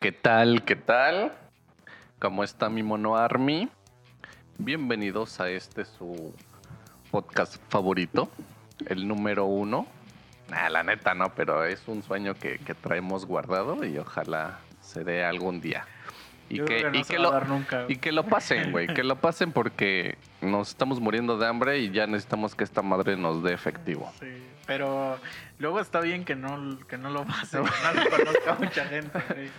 ¿Qué tal? ¿Qué tal? ¿Cómo está mi mono Army? Bienvenidos a este su podcast favorito, el número uno. Nah, la neta no, pero es un sueño que, que traemos guardado y ojalá se dé algún día. Y Yo que, creo que no y se que va a lo, dar nunca. y que lo pasen, güey. Que lo pasen porque nos estamos muriendo de hambre y ya necesitamos que esta madre nos dé efectivo. Sí, pero luego está bien que no, que no lo pase, no lo conozca mucha gente. güey.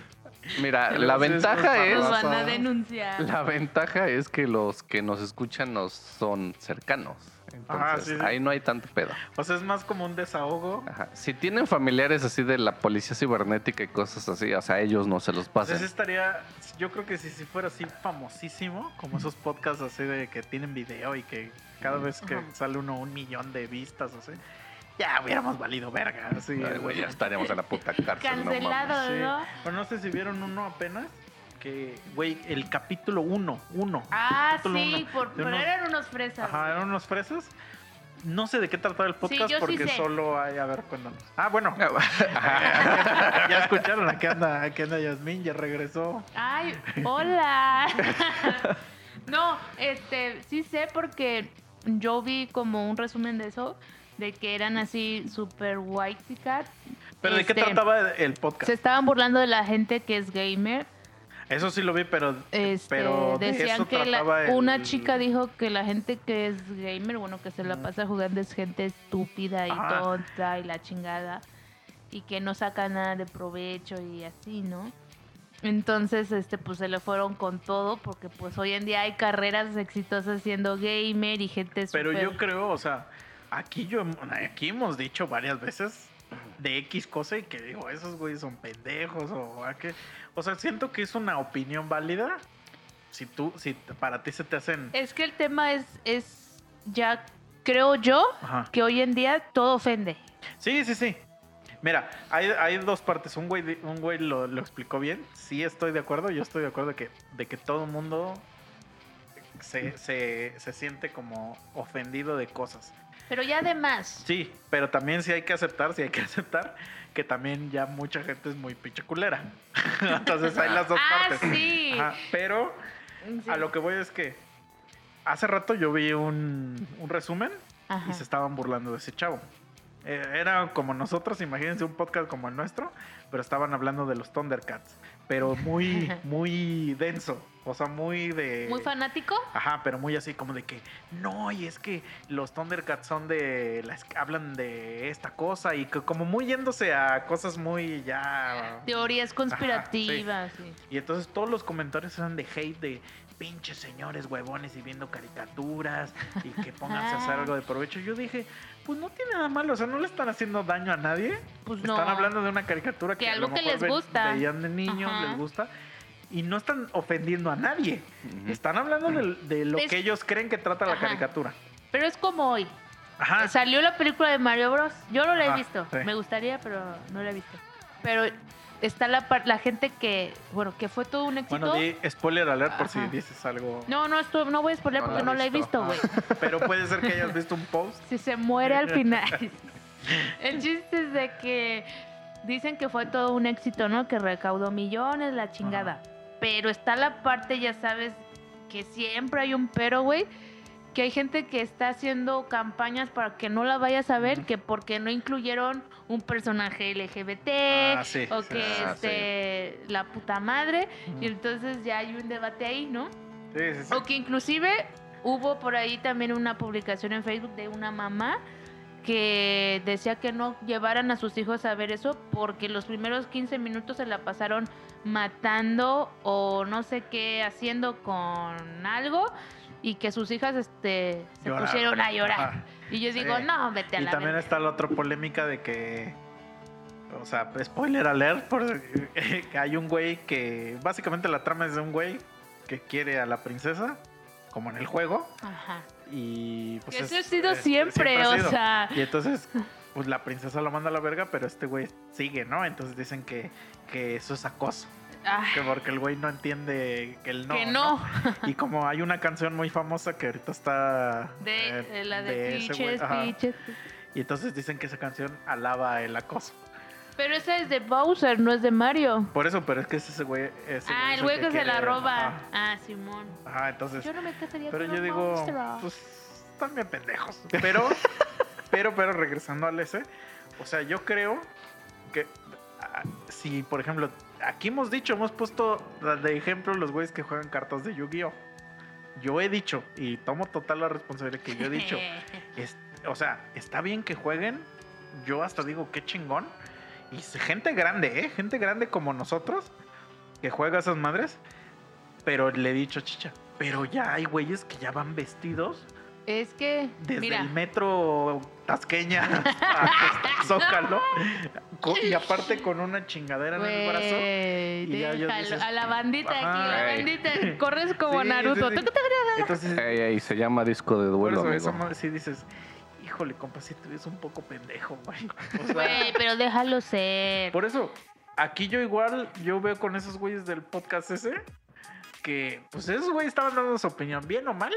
Mira, Que la los ventaja es. estos Nos van a pasado. denunciar. La ventaja es que los que nos escuchan nos son cercanos. Entonces, Ajá, Ah, sí, sí. ahí no hay tanto pedo. O sea, es más como un desahogo. Ajá. Si tienen familiares así de la policía cibernética y cosas así, o sea, ellos no se los pasen. Entonces estaría, yo creo que si, si fuera así famosísimo, como esos podcasts así de que tienen video y que cada vez que Ajá. sale uno un millón de vistas, o sea, ya hubiéramos valido verga. Así, Ay, güey, ya estaríamos en la puta cárcel. no mames. Cancelado, Sí. ¿no? Pero no sé si vieron uno apenas, que, güey, el capítulo 1, 1. Ah, capítulo sí, uno, por, de pero unos- eran unos fresas. Ajá, eran unos fresas. No sé de qué trataba el podcast yo sí porque sé. solo hay. A ver, cuéntanos. Ah, bueno. Ajá. ya escucharon, aquí anda, aquí anda Yasmín, ya regresó. Ay, hola. no, este, sí sé porque yo vi como un resumen de eso, de que eran así super white cat. Pero ¿de qué Este, trataba el podcast? Se estaban burlando de la gente que es gamer. Eso sí lo vi, pero. Este, pero de decían eso que la- trataba el- una chica dijo que la gente que es gamer, bueno, que se la pasa jugando es gente estúpida y Ajá. tonta y la chingada y que no saca nada de provecho y así, ¿no? Entonces, este, pues se le fueron con todo porque pues hoy en día hay carreras exitosas siendo gamer y gente Pero súper- yo creo, o sea, aquí, yo, aquí hemos dicho varias veces de X cosa y que digo, esos güeyes son pendejos o a qué. O sea, siento que es una opinión válida. Si tú, si para ti se te hacen. Es que el tema es, es ya creo yo Ajá. que hoy en día todo ofende. Sí, sí, sí. Mira, hay, hay dos partes. Un güey, di- un güey lo, lo explicó bien. Sí, estoy de acuerdo. Yo estoy de acuerdo de que, de que todo el mundo se, se, se siente como ofendido de cosas. Pero ya además, Sí, pero también sí hay que aceptar, sí hay que aceptar que también ya mucha gente es muy pinche culera. Entonces hay las dos Ah, partes. sí. Ajá, pero sí. a lo que voy es que hace rato yo vi un, un resumen Ajá. y se estaban burlando de ese chavo. Eh, Era como nosotros, imagínense un podcast como el nuestro, pero estaban hablando de los Thundercats, pero muy, muy denso, o sea, muy de... Muy fanático. Ajá, pero muy así como de que, no, y es que los Thundercats son de, las, hablan de esta cosa y que como muy yéndose a cosas muy ya... Teorías conspirativas. sí. Y entonces todos los comentarios eran de hate, de pinches señores huevones y viendo caricaturas y que pónganse a hacer algo de provecho. Yo dije, pues no tiene nada malo, o sea, no le están haciendo daño a nadie. Pues no. están hablando de una caricatura que, De a lo algo que mejor les ve- gusta. veían de niños, Ajá. les gusta. Y no están ofendiendo a nadie. Ujú. Están hablando de, de lo Es- que ellos creen que trata la Ajá. caricatura. Pero es como hoy. Ajá. Salió la película de Mario Bros. Yo no la he Ah. Ajá, visto. sí. Me gustaría, pero no la he visto. Pero está la, par- la gente que, bueno, que fue todo un éxito. Bueno, di spoiler alert por si Ajá. dices algo. No, no, esto, no voy a spoiler No la porque he no la he visto, Ah, güey. Pero puede ser que hayas visto un post. Si se muere al final. El chiste es de que dicen que fue todo un éxito, ¿no? Que recaudó millones, la chingada. Ajá. Pero está la parte, ya sabes, que siempre hay un pero, güey. Que hay gente que está haciendo campañas para que no la vayas a ver, Ujú. que porque no incluyeron un personaje LGBT Ah, sí, o sí, que sí. este, la puta madre. Y entonces ya hay un debate ahí, ¿no? Sí, sí, sí. O que inclusive hubo por ahí también una publicación en Facebook de una mamá que decía que no llevaran a sus hijos a ver eso porque los primeros 15 minutos se la pasaron matando o no sé qué haciendo con algo y que sus hijas este se Llorar. pusieron a llorar. Ajá. Y yo digo, Sí. "No, vete a Y la también verga". está la otra polémica de que. O sea, spoiler alert, por, que hay un güey que. Básicamente la trama es de un güey que quiere a la princesa, como en el juego. Ajá. Y pues. Que es- eso ha sido es- siempre, ha o sido. sea, Y entonces, pues la princesa lo manda a la verga, pero este güey sigue, ¿no? Entonces dicen que, que eso es acoso. ah, Que porque el güey no entiende que el no. que no, Y como hay una canción muy famosa que ahorita está. de, eh, la de, ese güey, pinches, ajá. pinches. Y entonces dicen que esa canción alaba el acoso. Pero esa es de Bowser, no es de Mario. Por eso, pero es que es ese güey. ese ah, es el güey que se quiere- la roba. Ajá, Ah, Simón. Ajá, entonces. Yo no me casaría Pero con yo un digo, monstruo. pues están bien pendejos. Pero, pero, pero regresando al ese, o sea, yo creo que ah, si, por ejemplo, aquí hemos dicho, hemos puesto de ejemplo los güeyes que juegan cartas de Yu-Gi-Oh. Yo he dicho, y tomo total la responsabilidad que yo he dicho, es- o sea, está bien que jueguen, yo hasta digo, qué chingón. Y s- gente grande, ¿eh? Gente grande como nosotros, que juega a esas madres. Pero le he dicho, chicha, pero ya hay güeyes que ya van vestidos es que, desde mira, el metro tasqueña hasta Zócalo. co- Y aparte con una chingadera en el brazo. güey, y ya yo déjalo, dices, a la bandita aquí, ajá. la Ey. bandita, corres como Sí, Naruto. sí, sí. Tuc, tuc, Entonces, Ey, ey, se llama disco de por duelo, eso, amigo. esa madre sí dices, híjole, compa, si tú eres un poco pendejo, güey. O sea, Güey, pero déjalo ser. Por eso, aquí yo igual, yo veo con esos güeyes del podcast ese, que pues esos güeyes estaban dando su opinión, bien o mal,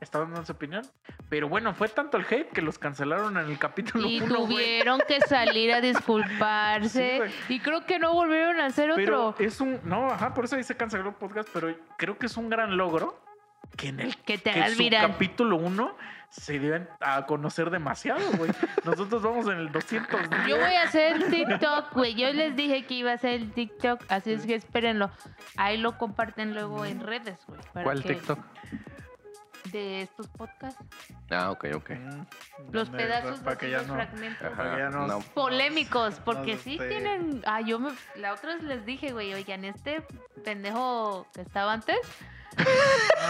estaban dando su opinión, pero bueno, fue tanto el hate que los cancelaron en el capítulo Y 1, güey. tuvieron que salir a disculparse. Sí, y creo que no volvieron a hacer Pero otro. es un, no, ajá, por eso ahí se canceló el podcast, pero creo que es un gran logro que en el Que te que hagas su viral. capítulo 1 se dio a conocer demasiado, güey. Nosotros vamos en el 210. Yo voy a hacer el TikTok, güey. Yo les dije que iba a hacer el TikTok, así es que espérenlo. Ahí lo comparten luego en redes, güey. para ¿Cuál que- TikTok? De estos podcasts. Ah, ok, ok. Mm, Los de- pedazos para de que ya los no- fragmentos. Ajá. para que ya no- No. Polémicos, porque nos, sí este, tienen. Ah, yo me. La otra vez les dije, güey, oigan, este pendejo que estaba antes.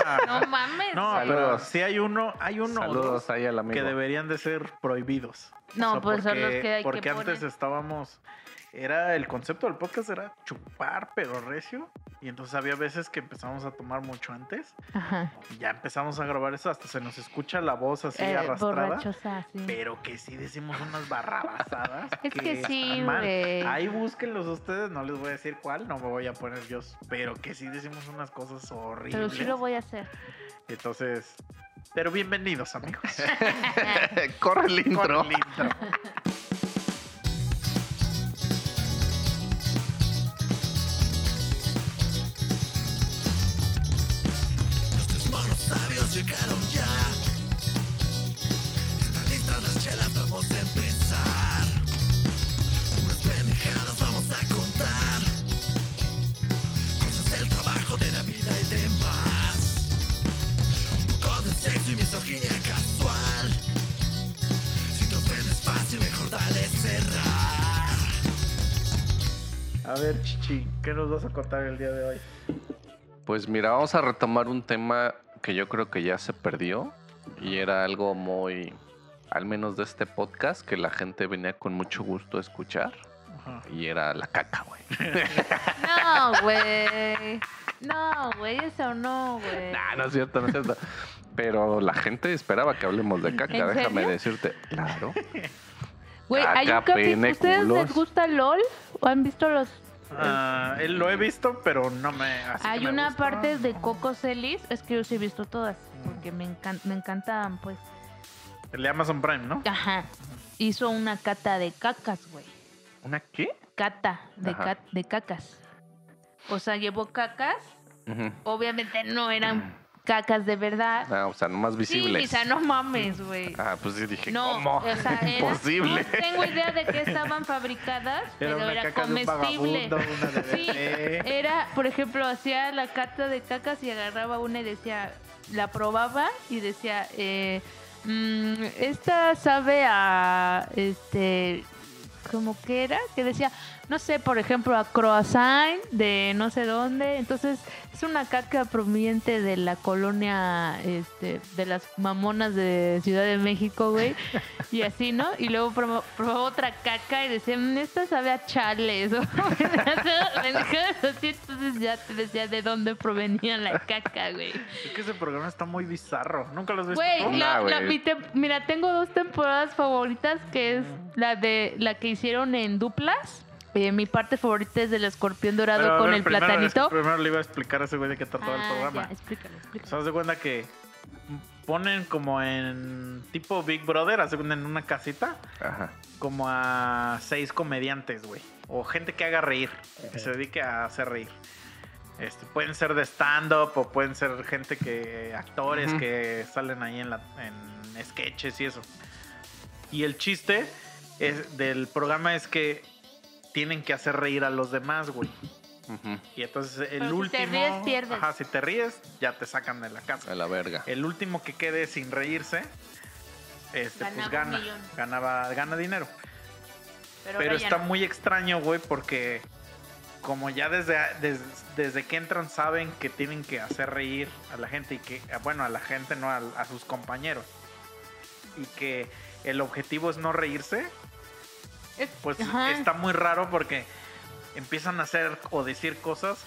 Ah, No mames. No, güey. pero Saludos. sí hay uno, hay uno o Saludos dos ahí al amigo. que deberían de ser prohibidos. No, O sea, pues son los que hay que Porque antes poner. estábamos, era el concepto del podcast era chupar pero recio y entonces había veces que empezamos a tomar mucho antes Ajá. y ya empezamos a grabar eso hasta se nos escucha la voz así Eh, arrastrada. borrachosa, sí. Pero que sí decimos unas barrabasadas. Es que sí, están mal. güey. Ahí búsquenlos ustedes, no les voy a decir cuál, no me voy a poner yo, pero que sí decimos unas cosas horribles. Pero sí lo voy a hacer. Entonces, pero bienvenidos amigos. Corre el intro. Con el intro. A ver, Chichi, ¿qué nos vas a contar el día de hoy? Pues mira, vamos a retomar un tema que yo creo que ya se perdió y era algo muy, al menos de este podcast, que la gente venía con mucho gusto a escuchar y era la caca, güey. No, güey. No, güey, eso no, güey. Nah, no es cierto, no es cierto. Pero la gente esperaba que hablemos de caca, ¿En déjame serio? decirte. Claro. Güey, hay un Caca, capítulo. pene, ¿Ustedes culos. les gusta LOL? ¿O han visto los.? Ah, él lo he visto, pero no me. así que hay me una gustó, parte de no. Coco Celis. Es que yo sí he visto todas. Mm. Porque me, encan- me encantan, pues. El de Amazon Prime, ¿no? Ajá. Hizo una cata de cacas, güey. ¿Una qué? Cata de, Ajá. ca- de cacas. O sea, llevó cacas. Ujú. Obviamente no eran cacas de verdad. Ah, o sea, no más Sí, Mm. visibles. quizá no mames, güey. Ah, pues sí dije, No, ¿cómo? o sea, era- Imposible. no tengo idea de qué estaban fabricadas, Era pero una era caca de un comestible. vagabundo, una de Sí. bebé. Era, por ejemplo, hacía la cata de cacas y agarraba una y decía, la probaba y decía, eh, mm, esta sabe a, este, como que era, que decía, no sé, por ejemplo, a croissant de no sé dónde. Entonces, es una caca proveniente de la colonia, este, de las mamonas de Ciudad de México, güey. Y así, ¿no? Y luego promo- probó otra caca y decían, esta sabe a chales. ¿no? Pendejadas así, Entonces ya te decía de dónde provenía la caca, güey. Es que ese programa está muy bizarro. Nunca los he visto. Güey, Nah, la- la- güey. mi tem- mira, tengo dos temporadas favoritas, que es Mm. la de la que hicieron en duplas. Eh, mi parte favorita es del escorpión dorado Pero, a con ver, el primero, es que platanito. primero le iba a explicar a ese güey de qué trataba el Ah, programa. ya, explícalo, O explícalo. sea, haz de cuenta que ponen como en tipo Big Brother, haz de cuenta, en una casita, Ajá. como a seis comediantes, güey. O gente que haga reír, que se dedique a hacer reír. Este, pueden ser de stand-up o pueden ser gente que. actores Ujú. que salen ahí en, la- en sketches y eso. Y el chiste es, del programa es que tienen que hacer reír a los demás, güey. Ujú. Y entonces el Pero si último. te ríes, pierdes. Ajá, si te ríes, ya te sacan de la casa. A la verga. Eh, El último que quede sin reírse, este, Ganaba pues un gana. millón. Ganaba, gana dinero. Pero, Pero, ahora ya está no. muy extraño, güey, porque como ya desde, des- desde que entran saben que tienen que hacer reír a la gente y que, bueno, a la gente, no al- a, sus compañeros. Y que el objetivo es no reírse, Es- pues ajá. está muy raro porque empiezan a hacer o decir cosas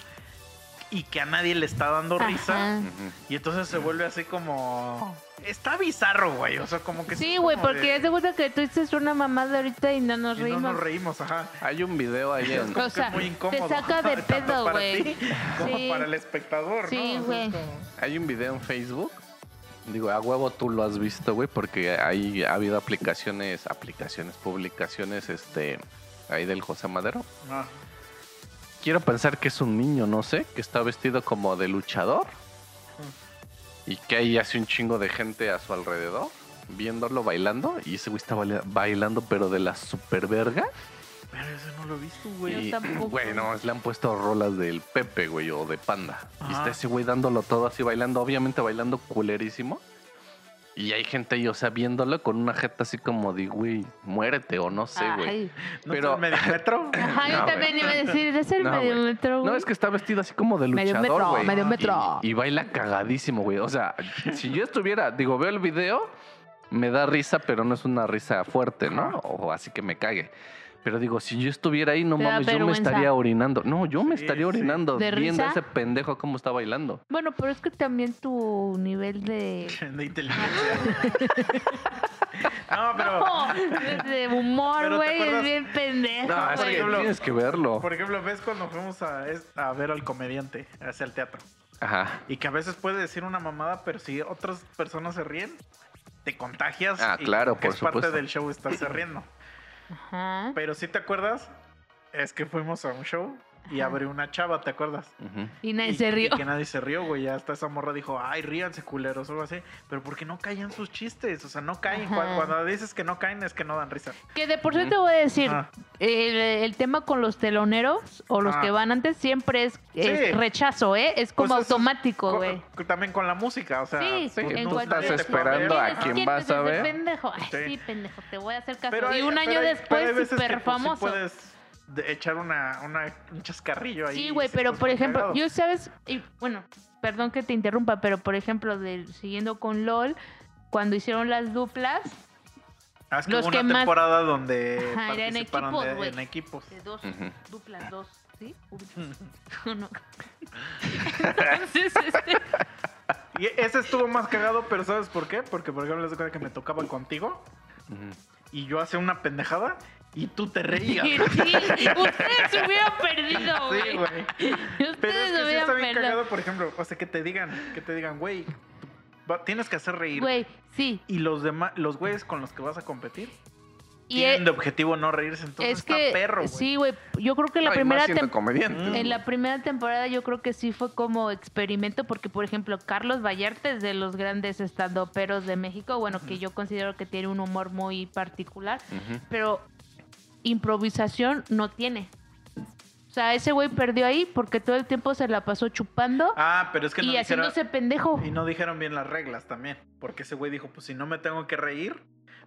y que a nadie le está dando risa. Ajá. Oh. Ujú. Y entonces se vuelve así como. Está bizarro, güey. O sea, como que. Sí, es güey, como porque de- es de gusta que tú dices una mamada ahorita y no nos y reímos. No nos reímos, ajá. Hay un video ahí en. Como O que sea, es muy te incómodo. saca de tanto pedo, para güey. ti Como Sí. para el espectador, Sí, ¿no? O sea, güey. es como- Hay un video en Facebook. Digo, a huevo tú lo has visto, güey, porque hay, ha habido aplicaciones, aplicaciones, publicaciones, este, ahí del José Madero. No. Quiero pensar que es un niño, no sé, que está vestido como de luchador. Y que ahí hace un chingo de gente a su alrededor, viéndolo bailando. Y ese güey está baila- bailando, pero de la super verga. Pero eso no lo he visto, Yo güey. Y, tampoco. güey, no, le han puesto rolas del Pepe, güey, o de Panda. Y Ajá. está ese güey dándolo todo así, bailando, obviamente bailando culerísimo. Y hay gente ahí, o sea, viéndolo con una jeta así como de, güey, muérete o no sé, güey. Ay. ¿No pero- pero... medio metro? Ajá, yo No, también iba a decir, es el No, güey. medio metro, güey. No, es que está vestido así como de Medio metro, luchador, güey. medio metro. Y, y baila cagadísimo, güey. O sea, si yo estuviera, digo, veo el video, me da risa, pero no es una risa fuerte, Ajá. ¿no? O así que me cague. Pero digo, si yo estuviera ahí, no Te da mames, yo me vergüenza. estaría orinando. No, yo me Sí, estaría sí. orinando ¿De viendo risa? a ese pendejo cómo está bailando. Bueno, pero es que también tu nivel de... De inteligencia. no, pero. No, de- de humor, Pero ¿te güey, es acuerdas? bien pendejo, No, es por que güey. ejemplo- tienes que verlo. Por ejemplo, ves cuando fuimos a, es- a ver al comediante hacia el teatro. Ajá. Y que a veces puede decir una mamada, pero si otras personas se ríen, te contagias. Ah, y claro, que por es supuesto. parte del show estarse riendo. Ajá. Pero si te acuerdas, es que fuimos a un show y Ajá. abrió una chava, ¿te acuerdas? Ujú. Y nadie Y- se rió. y que nadie se rió, güey. Hasta esa morra dijo, ay, ríanse, culeros, o algo así. Pero porque no caían sus chistes. O sea, no caen. Cu- Ajá. Cuando, dices que no caen, es que no dan risa. Que de por sí Ujú. te voy a decir, Ah. el, el tema con los teloneros o los Ah. que van antes siempre es, es Sí. rechazo, ¿eh? Es como Pues eso es automático, Co- güey. co- también con la música, o sea. Sí, Sí, en tú cuanto estás te- esperando a Eres quién quien vas desde a ver. pendejo. Ay, sí. Sí. pendejo, te voy a hacer caso. Pero y hay- un año pero hay- pero hay después, veces que, súper pues, sí famoso. puedes de- echar una, una- un chascarrillo ahí. pues, Sí, güey, pero por ejemplo, yo sabes, y, bueno, perdón que te interrumpa, pero por ejemplo, del- siguiendo con LOL, cuando hicieron las duplas los los Ah, hubo que una más- temporada donde Ajá, era en participaron de- equipos, güey. en equipos. de dos, Ujú. duplas dos, ¿sí? Uno. Entonces, este, Y ese estuvo más cagado, pero ¿sabes por qué? Porque, por ejemplo, la que me tocaba contigo Ujú. y yo hacía una pendejada y tú te reías. sí, ustedes se hubieran perdido, güey. Sí, güey. ustedes Pero es que sí hubieran está bien perdido. cagado, por ejemplo, o sea, que te digan, que te digan, güey, va- tienes que hacer reír. Güey, sí. Y los demás, los güeyes con los que vas a competir, Y tienen eh, de objetivo no reírse, entonces es que está perro, güey. sí, güey. Yo creo que la No, y más primera siendo temporada comediante. Mm. En la primera temporada yo creo que sí fue como experimento porque, por ejemplo, Carlos Vallarta es de los grandes estandoperos de México, bueno, que Ujú. yo considero que tiene un humor muy particular, Ujú. pero improvisación no tiene. O sea, ese güey perdió ahí porque todo el tiempo se la pasó chupando Ah, pero es que no y dijeron, haciéndose pendejo. y no dijeron bien las reglas también, porque ese güey dijo, pues si no me tengo que reír,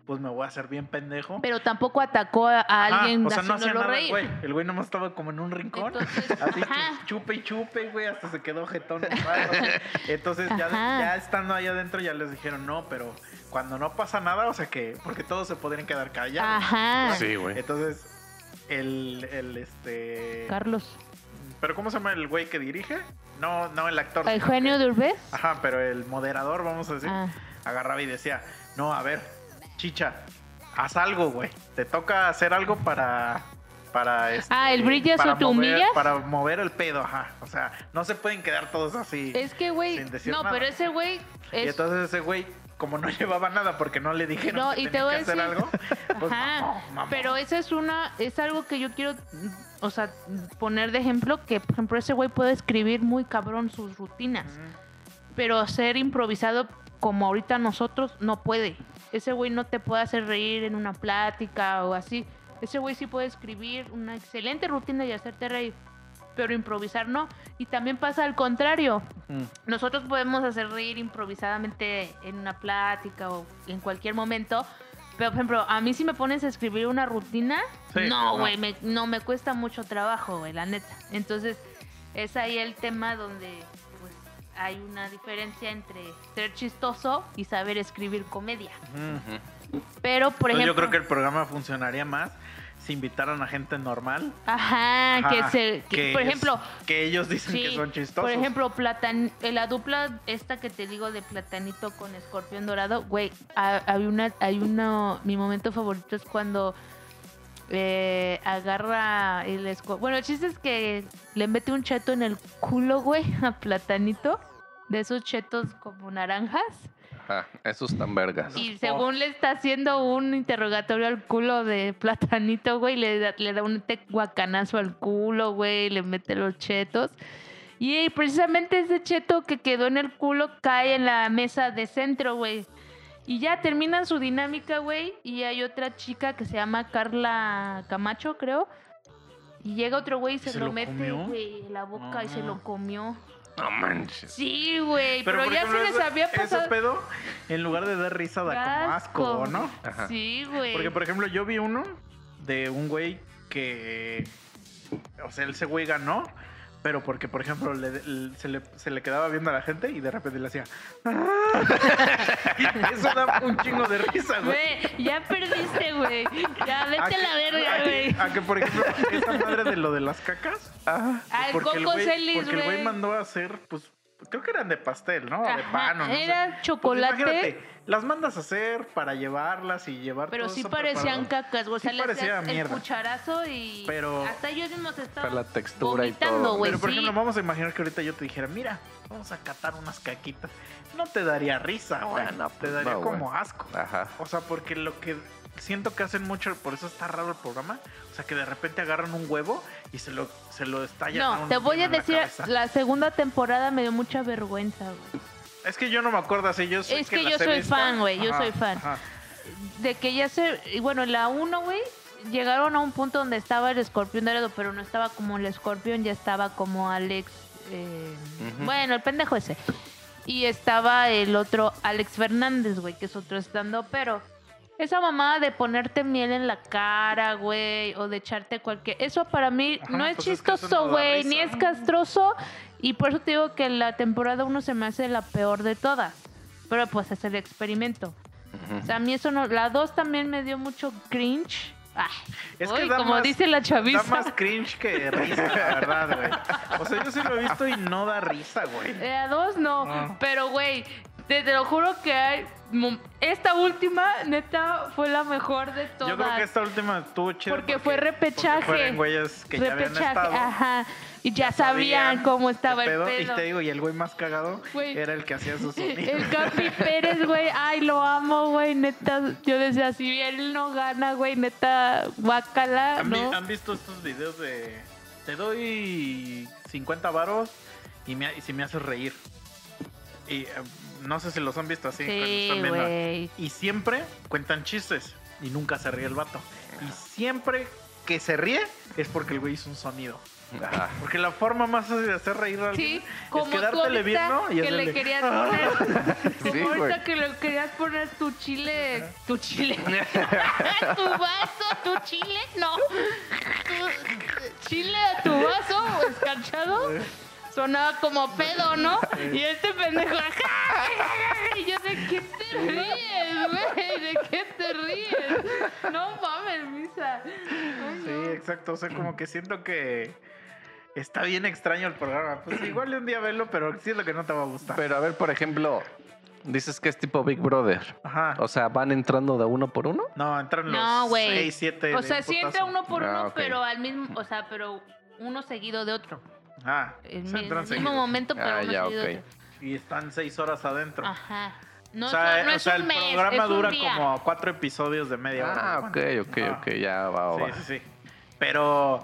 pues me voy a hacer bien pendejo. Pero tampoco atacó a, a Ajá, alguien o sea, no hacía haciéndolo nada el reír. güey. El güey nomás estaba como en un rincón. Entonces, Así ajá. chu- chupe y chupe, güey, hasta se quedó jetón. un rato. Entonces, ya, Ajá. ya estando ahí adentro, ya les dijeron, no, pero cuando no pasa nada, o sea que, porque todos se podrían quedar callados. Ajá. Sí, güey. Entonces, el, el, este... Carlos. ¿Pero cómo se llama el güey que dirige? No, no el actor. sino Eugenio que- Durbez. Ajá, pero el moderador, vamos a decir, Ah. agarraba y decía, no, a ver, chicha, haz algo, güey. Te toca hacer algo para para este, Ah, el brillas para o te mover- humillas. Para mover el pedo, ajá. O sea, no se pueden quedar todos así. Es que, güey. Sin decir No, nada. pero ese güey Y es. entonces ese güey, como no llevaba nada porque no le dijeron No, que y te tenía voy que a hacer decir- algo, pues Ajá, mamó, mamó. Pero esa es una, es algo que yo quiero, mm, o sea, poner de ejemplo que, por ejemplo, ese güey puede escribir muy cabrón sus rutinas, Ujú. pero ser improvisado como ahorita nosotros no puede. Ese güey no te puede hacer reír en una plática o así. Ese güey sí puede escribir una excelente rutina y hacerte reír, pero improvisar no. Y también pasa al contrario. Nosotros podemos hacer reír improvisadamente en una plática o en cualquier momento. Pero, por ejemplo, a mí si me pones a escribir una rutina, Sí, no, no. güey, me- no me cuesta mucho trabajo, güey, la neta. Entonces, es ahí el tema donde pues, hay una diferencia entre ser chistoso y saber escribir comedia. Ujú. Ujú. Pero, Entonces, por ejemplo... Pues yo creo que el programa funcionaría más si invitaran a gente normal. Ajá, que Ajá, se... que, por es- ejemplo, que ellos dicen que Sí, son chistosos. Por ejemplo, platan, eh, la dupla esta que te digo de platanito con escorpión dorado, güey, ha- hay una, hay uno, mi momento favorito es cuando eh, agarra el escorpión. Bueno, el chiste es que le mete un cheto en el culo, güey, a platanito, de esos chetos como naranjas. Ajá, esos tan vergas. Y Oh. según le está haciendo un interrogatorio al culo de platanito, güey, le da, le da un tecuacanazo al culo, güey, le mete los chetos. Y eh, precisamente ese cheto que quedó en el culo cae en la mesa de centro, güey. Y ya terminan su dinámica, güey. Y hay otra chica que se llama Carla Camacho, creo. Y llega otro güey y se, ¿Se lo, lo mete, comió? güey, en la boca y se Ah. lo comió. No manches. Sí, güey, pero, por ya ejemplo, se les eso- había pasado. Eso pedo, en lugar de dar risa, da como asco, ¿no? Ajá. Sí, güey. Porque, por ejemplo, yo vi uno de un güey que. O sea, ese güey ganó. Pero porque, por ejemplo, le- le- se, le, se le quedaba viendo a la gente y de repente le hacía. "Ah". Eso da un chingo de risa, güey. Güey, ya perdiste, güey. Ya vete a la que- verga, a que- güey. A que, por ejemplo, esta madre de lo de las cacas. Ah, Ah, el porque Coco güey- Celis, Porque el güey güey. mandó a hacer, pues, creo que eran de pastel, ¿no? O de Ajá, pan o no sé. Era Pues chocolate, imagínate, las mandas a hacer para llevarlas y llevar pero todo sí eso parecían preparado. cacas, güey. O Sí sea, le parecía hacías el mierda. cucharazo y Pero- hasta ellos mismos estaban la textura y vomitando, todo. güey, Pero por sí. ejemplo, vamos a imaginar que ahorita yo te dijera, mira, vamos a catar unas caquitas. No te daría risa, güey. Ah, no, te pues, daría no, güey. como asco. Ajá. O sea, porque lo que siento que hacen mucho, por eso está raro el programa. O sea, que de repente agarran un huevo y se lo, se lo estallan. a No, un te voy niño a en la decir, cabeza. la segunda temporada me dio mucha vergüenza, güey. Es que yo no me acuerdo así. Yo sé Es que las yo he soy visto. fan, güey, yo soy fan. ajá. De que ya se... y Bueno, la uno, güey, llegaron a un punto donde estaba el escorpión dorado, pero no estaba como el escorpión, ya estaba como Alex... eh, Ujú. Bueno, el pendejo ese. Y estaba el otro Alex Fernández, güey, que es otro estando, pero esa mamada de ponerte miel en la cara, güey, o de echarte cualquier... Eso para mí Ajá, no es pues es que eso no chistoso, da güey, risa. ni es castroso. Y por eso te digo que la temporada 1 se me hace la peor de todas. Pero pues es el experimento. O sea, a mí eso no... La 2 también me dio mucho cringe. Ay, Es uy, da como más- dice la chaviza. Da más cringe que risa, la verdad, güey. O sea, yo sí lo he visto y no da risa, güey. Eh, a dos no, No. pero güey, te, te lo juro que hay. mom- Esta última, neta, fue la mejor de todas. Yo creo que esta última estuvo chida. Porque fue repechaje. porque fueron güeyes que Repechaje, ya habían estado. ajá. Y ya, sabían, cómo estaba qué el pedo, pedo. Y te digo, y el güey más cagado Güey. era el que hacía sus sonidos. El Capi Pérez, güey, ay, lo amo, güey, neta. Yo decía, si él no gana, güey, neta, guácala, ¿Han, vi- ¿no? han visto estos videos de te doy 50 varos y, me ha- y si me haces reír? Y eh, no sé si los han visto así. cuando Sí, están viendo. güey. Y siempre cuentan chistes y nunca se ríe el vato. Y siempre que se ríe es porque el güey hizo un sonido. Ajá. Porque la forma más fácil de hacer reír a alguien Sí, como es tú quedártele ahorita viendo y que hacerle, le querías "Ah". poner, como Sí, ahorita güey. que le querías poner tu chile, tu chile, tu vaso, tu chile, no, tu chile a tu vaso escarchado, sonaba como pedo, ¿no? Y este pendejo, ajá, y yo de qué te ríes, güey, de qué te ríes, no mames, misa. Ay, Sí, no. exacto. O sea, como que siento que está bien extraño el programa. Pues igual un día velo, pero sí es lo que no te va a gustar. Pero a ver, por ejemplo, Dices que es tipo Big Brother. Ajá. O sea, van entrando de uno por uno. No, entran No, los güey. 6, 7. O sea, sí entra uno por Ah, uno, ok. pero al mismo, o sea, pero uno seguido de otro. Ah, En se mi- en entran el mismo seguidos. momento, pero Ah, uno ya, seguido de ok. otro. Y están 6 horas adentro. Ajá. No, o es- sea, no o es sea, un el mes, es programa un dura día. como cuatro episodios de media hora. Ah, ok, ok, Ah. ok, ya va, va. Sí, sí, sí. Pero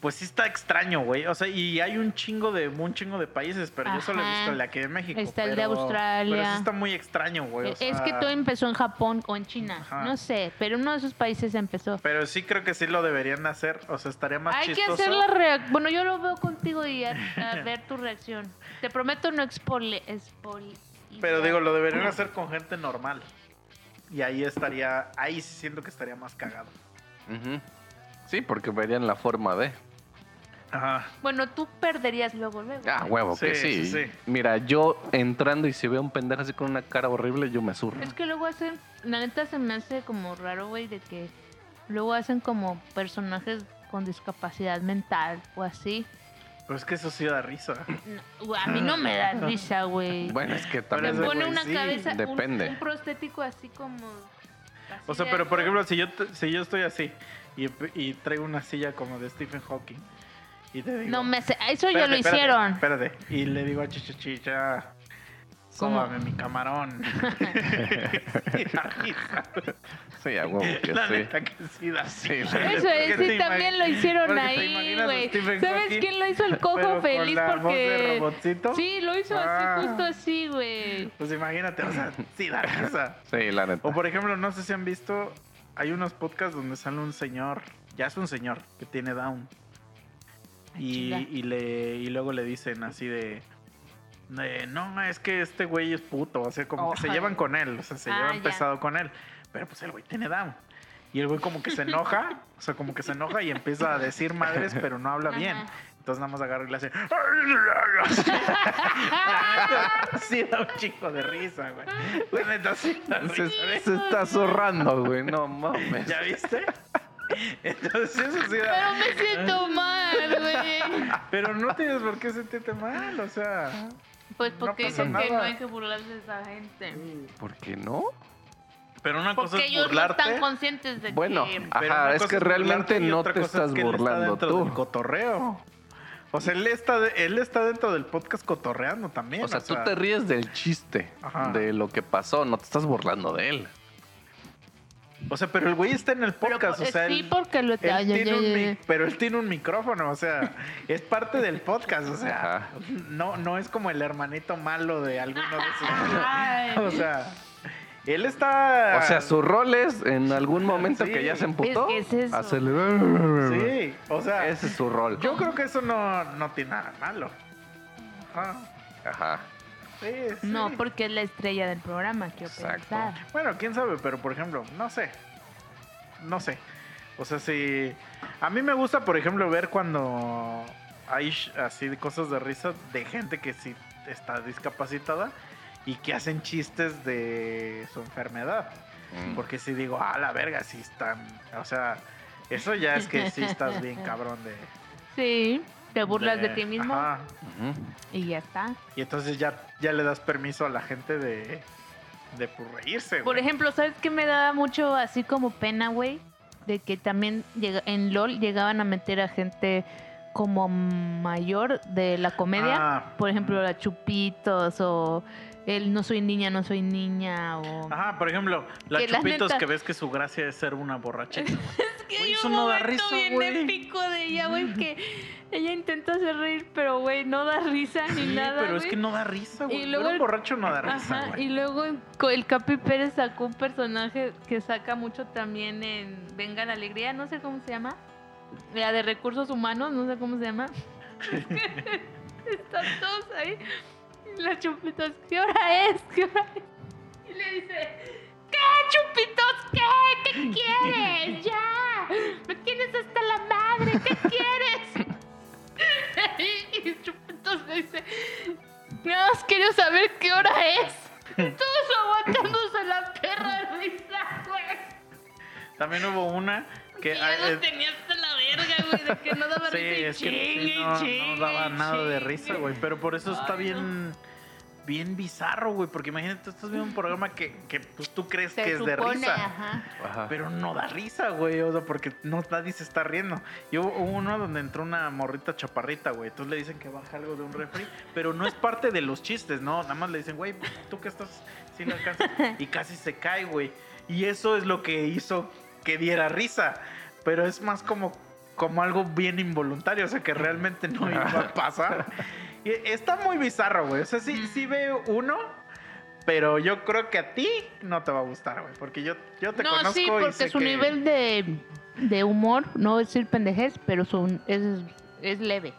pues sí está extraño, güey. O sea, y hay un chingo de un chingo de países, pero yo solo he Ajá. visto el de aquí de México. Está el de pero- Australia. E, Pero sí está muy extraño, güey. o es sea, que todo em- empezó en Japón o en China, Ajá. no sé, pero uno de esos países empezó. Pero sí creo que sí lo deberían hacer. O sea, estaría más Hay chistoso. que hacer la reacción. Bueno, yo lo veo contigo y a, a ver tu reacción. Te prometo no expole. expoli- Pero digo, lo deberían hacer con gente normal. Y ahí estaría, ahí sí siento que estaría más cagado. Ujú. Sí, porque verían la forma de. Ajá. Bueno, tú perderías luego, luego. Ah, huevo, que Sí, sí. sí, sí. Mira, yo entrando y si veo un pendejo así con una cara horrible, yo me surro. Es que luego hacen, la neta se me hace como raro, güey, de que luego hacen como personajes con discapacidad mental o así. Pero pues es que eso sí da risa. No, güey, a mí no me da Ah. risa, güey. Bueno, es que Me también. ese pone güey, una sí, cabeza, un- depende. Un, prostético así como... así O sea, de pero por alto. ejemplo, si yo, te- si yo estoy así y, y traigo una silla como de Stephen Hawking y te digo... No me sé, eso ya "Espérate, lo espérate, hicieron. Espérate, Y le digo a Chichichi, ya... ¿Cómo? Sóbame mi camarón. Y da risa. Sí, a huevo, que La sí. neta que sí da Sí, risa. la Eso Porque es, sí, te también imag- lo hicieron porque te ahí, imaginas a güey. Stephen ¿Sabes Hawking, quién lo hizo el pero cojo con feliz? la voz de Porque. robotcito? Sí, lo hizo Ah. así, justo así, güey. Pues imagínate, o sea, sí da risa. Sí, la neta. O por ejemplo, no sé si han visto, hay unos podcasts donde sale un señor, ya es un señor, que tiene Down. Y, chinga. y le, y luego le dicen así de, de, no, es que este güey es puto, o sea, como que se Ojalá. llevan con él, o sea, se Ah, llevan ya. pesado con él. Pero pues el güey tiene Down. Y el güey como que se enoja, o sea, como que se enoja y empieza a decir madres, pero no habla bien. Ajá. Entonces nada más agarra y le hace... Ah. Ah, Sí, da un chico de risa, güey. La neta, sí da Se, risa, ¿eh? se está zurrando, güey. No mames. ¿Ya viste? Entonces eso sí Pero da... me siento mal, güey. Pero no tienes por qué sentirte mal, o sea... Pues No porque pasa dicen que no nada. hay que burlarse de esa gente. ¿Por qué no? Pero una cosa Porque es ellos no burlarte... están conscientes de Bueno, que. pero ajá, una es cosa que realmente burlarte y no otra te cosa es estás que él está burlando dentro tú. del cotorreo. O sea, él está, de- él está dentro del podcast cotorreando también. O sea, tú te ríes del chiste, Ajá. de lo que pasó, no te estás burlando de él. O sea, pero el güey está en el Pero, pues, podcast, o sea... sí, él- porque lo Él ya, ya, tiene ya, un ya, mic- pero él tiene un micrófono, o sea, es parte del podcast, o sea, Ajá. no, no es como el hermanito malo de alguno de Ay. sus. O sea, él está. O sea, su rol es en algún momento Ah. Sí. que ya se emputó. Es que es eso. acelerar. Sí, o sea, Ese es su rol. yo creo que eso no, no tiene nada de malo. Ajá, Ajá. sí, sí. No, pues. porque es la estrella del programa, quiero Exacto. pensar. Bueno, quién sabe, pero por ejemplo, no sé. No sé. O sea, si. A mí me gusta, por ejemplo, ver cuando hay sh- así de cosas de risa de gente que sí está discapacitada y que hacen chistes de su enfermedad. Mm. Porque si digo, ah, la verga, sí están. O sea, eso ya es que sí estás bien cabrón de. Sí, te burlas de, ti mismo Ajá. Ujú. y ya está. Y entonces ya, ya le das permiso a la gente de. De pues, reírse, Por güey. ejemplo, ¿sabes qué me daba mucho así como pena, güey? De que también llega- en LOL llegaban a meter a gente como mayor de la comedia. Ah, Por ejemplo, la Chupitos o el No soy niña, no soy niña o... Ajá, por ejemplo, la Que la Chupitos neta- que ves que su gracia es ser una borrachita. güey. Es que Güey, hay eso un no da momento risa, bien güey. épico de ella, güey, que ella intenta hacer reír, pero, güey, no da risa ni Sí, nada, pero es güey. que no da risa, güey. Y luego Un el- borracho no da risa, Ajá, y güey. luego el co- el Capi Pérez sacó un personaje que saca mucho también en Venga la Alegría, no sé cómo se llama. La de recursos humanos, no sé cómo se llama. Están todos ahí. Y la Chupitos, ¿qué hora es? ¿Qué hora es? Y le dice, ¿qué Chupitos? ¿Qué? ¿Qué quieres? ¡Ya! ¡Me tienes hasta la madre! ¿Qué quieres? y Chupitos le dice, Nada más quería saber qué hora es. Todos aguantándose la perra risa, güey. También hubo una que. Que ah, ya eh, los tenía hasta la verga, güey, de que no daba sí, risa. y es que sí, chingue, no, no chingue, daba nada de risa, chingue. güey. Pero por eso está Ay, bien. bien bizarro, güey. Porque imagínate, tú estás viendo un programa que, que, pues, tú crees Se que es de supone, risa. ajá. Ajá. Pero no da risa, güey. O sea, porque no, nadie se está riendo. Y hubo hubo uno donde entró una morrita chaparrita, güey. Entonces le dicen que baja algo de un refri. Pero no es parte de los chistes, ¿no? Nada más le dicen, güey, tú que estás sin alcanzas. Y casi se cae, güey. Y eso es lo que hizo que diera risa. Pero es más como, como algo bien involuntario. O sea, que realmente no iba a pasar. Y está muy bizarro, güey. O sea, sí, sí veo uno. Pero yo creo que a ti no te va a gustar, güey. Porque yo, yo te No, conozco sí, y sé porque su que- nivel de, de humor, no decir pendejez, pero su, es, es leve.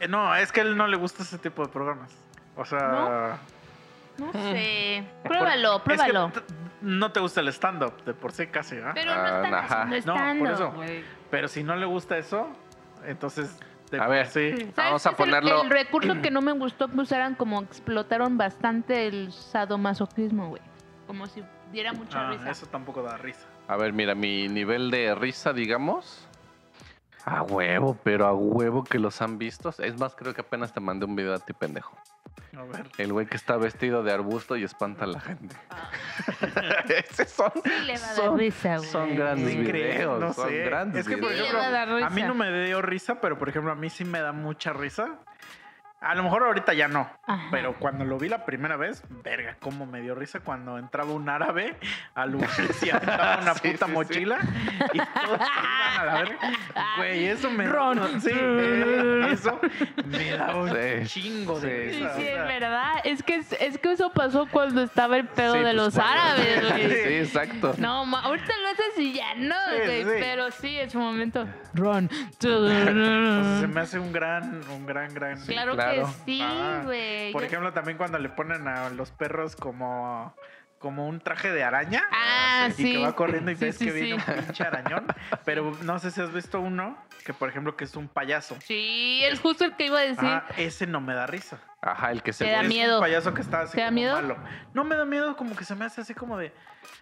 Eh, No, es que a él no le gusta ese tipo de programas. O sea... No Mm. sé. por- es Pruébalo, que pruébalo. t- no te gusta el stand-up, de por sí casi, ¿verdad? Pero no Ah, están ajá. haciendo No, por stand-up, eso. güey. Pero si no le gusta eso, entonces... de A por ver. sí. ¿Sabes Vamos a qué es el- ponerlo- El, recurso que no me gustó que usaran como explotaron bastante el sadomasoquismo, güey. Como si diera mucha Ah, risa. eso tampoco da risa. A ver, mira, mi nivel de risa, digamos. A huevo, pero a huevo que los han visto. Es más, creo que apenas te mandé un video a ti, pendejo. A ver. El güey que está vestido de arbusto y espanta a la gente. Ah, Ese son, sí le va a dar son- risa, güey. son grandes Sí, creo, videos. no son sé. grandes Es que, por videos. Sí, le va a ejemplo, dar risa. A mí no me dio risa, pero por ejemplo, a mí sí me da mucha risa. A lo mejor ahorita ya no, Ajá. Pero cuando lo vi la primera vez, verga, cómo me dio risa cuando entraba un árabe al lugar y aventaba una Sí, sí, puta sí. mochila y todos se iban a la verga. Güey, eso me. Ron. Sí, eh, eso me da un Sí, chingo de sí, Sí, risa. sí, o sea. es verdad. Es que, es que eso pasó cuando estaba el pedo Sí, de pues, los cuando- árabes, güey. Sí, exacto. No, ma- ahorita lo haces y ya no, Sí, güey. sí. Pero sí, en su momento. Ron. O sea, se me hace un gran, un gran, gran. claro, claro. que sí, Ah, güey. Por Yo- ejemplo, también cuando le ponen a los perros como, como un traje de araña. Ah, Y sí. que va corriendo y Sí, ves sí, que viene sí. un pinche arañón. Pero no sé si has visto uno que, por ejemplo, que es un payaso. Sí, es justo el que iba a decir. Ah, ese no me da risa. Ajá, el que se Te da Es vuelve- miedo. un payaso que está así ¿Te da como miedo? malo. No me da miedo, como que se me hace así como de.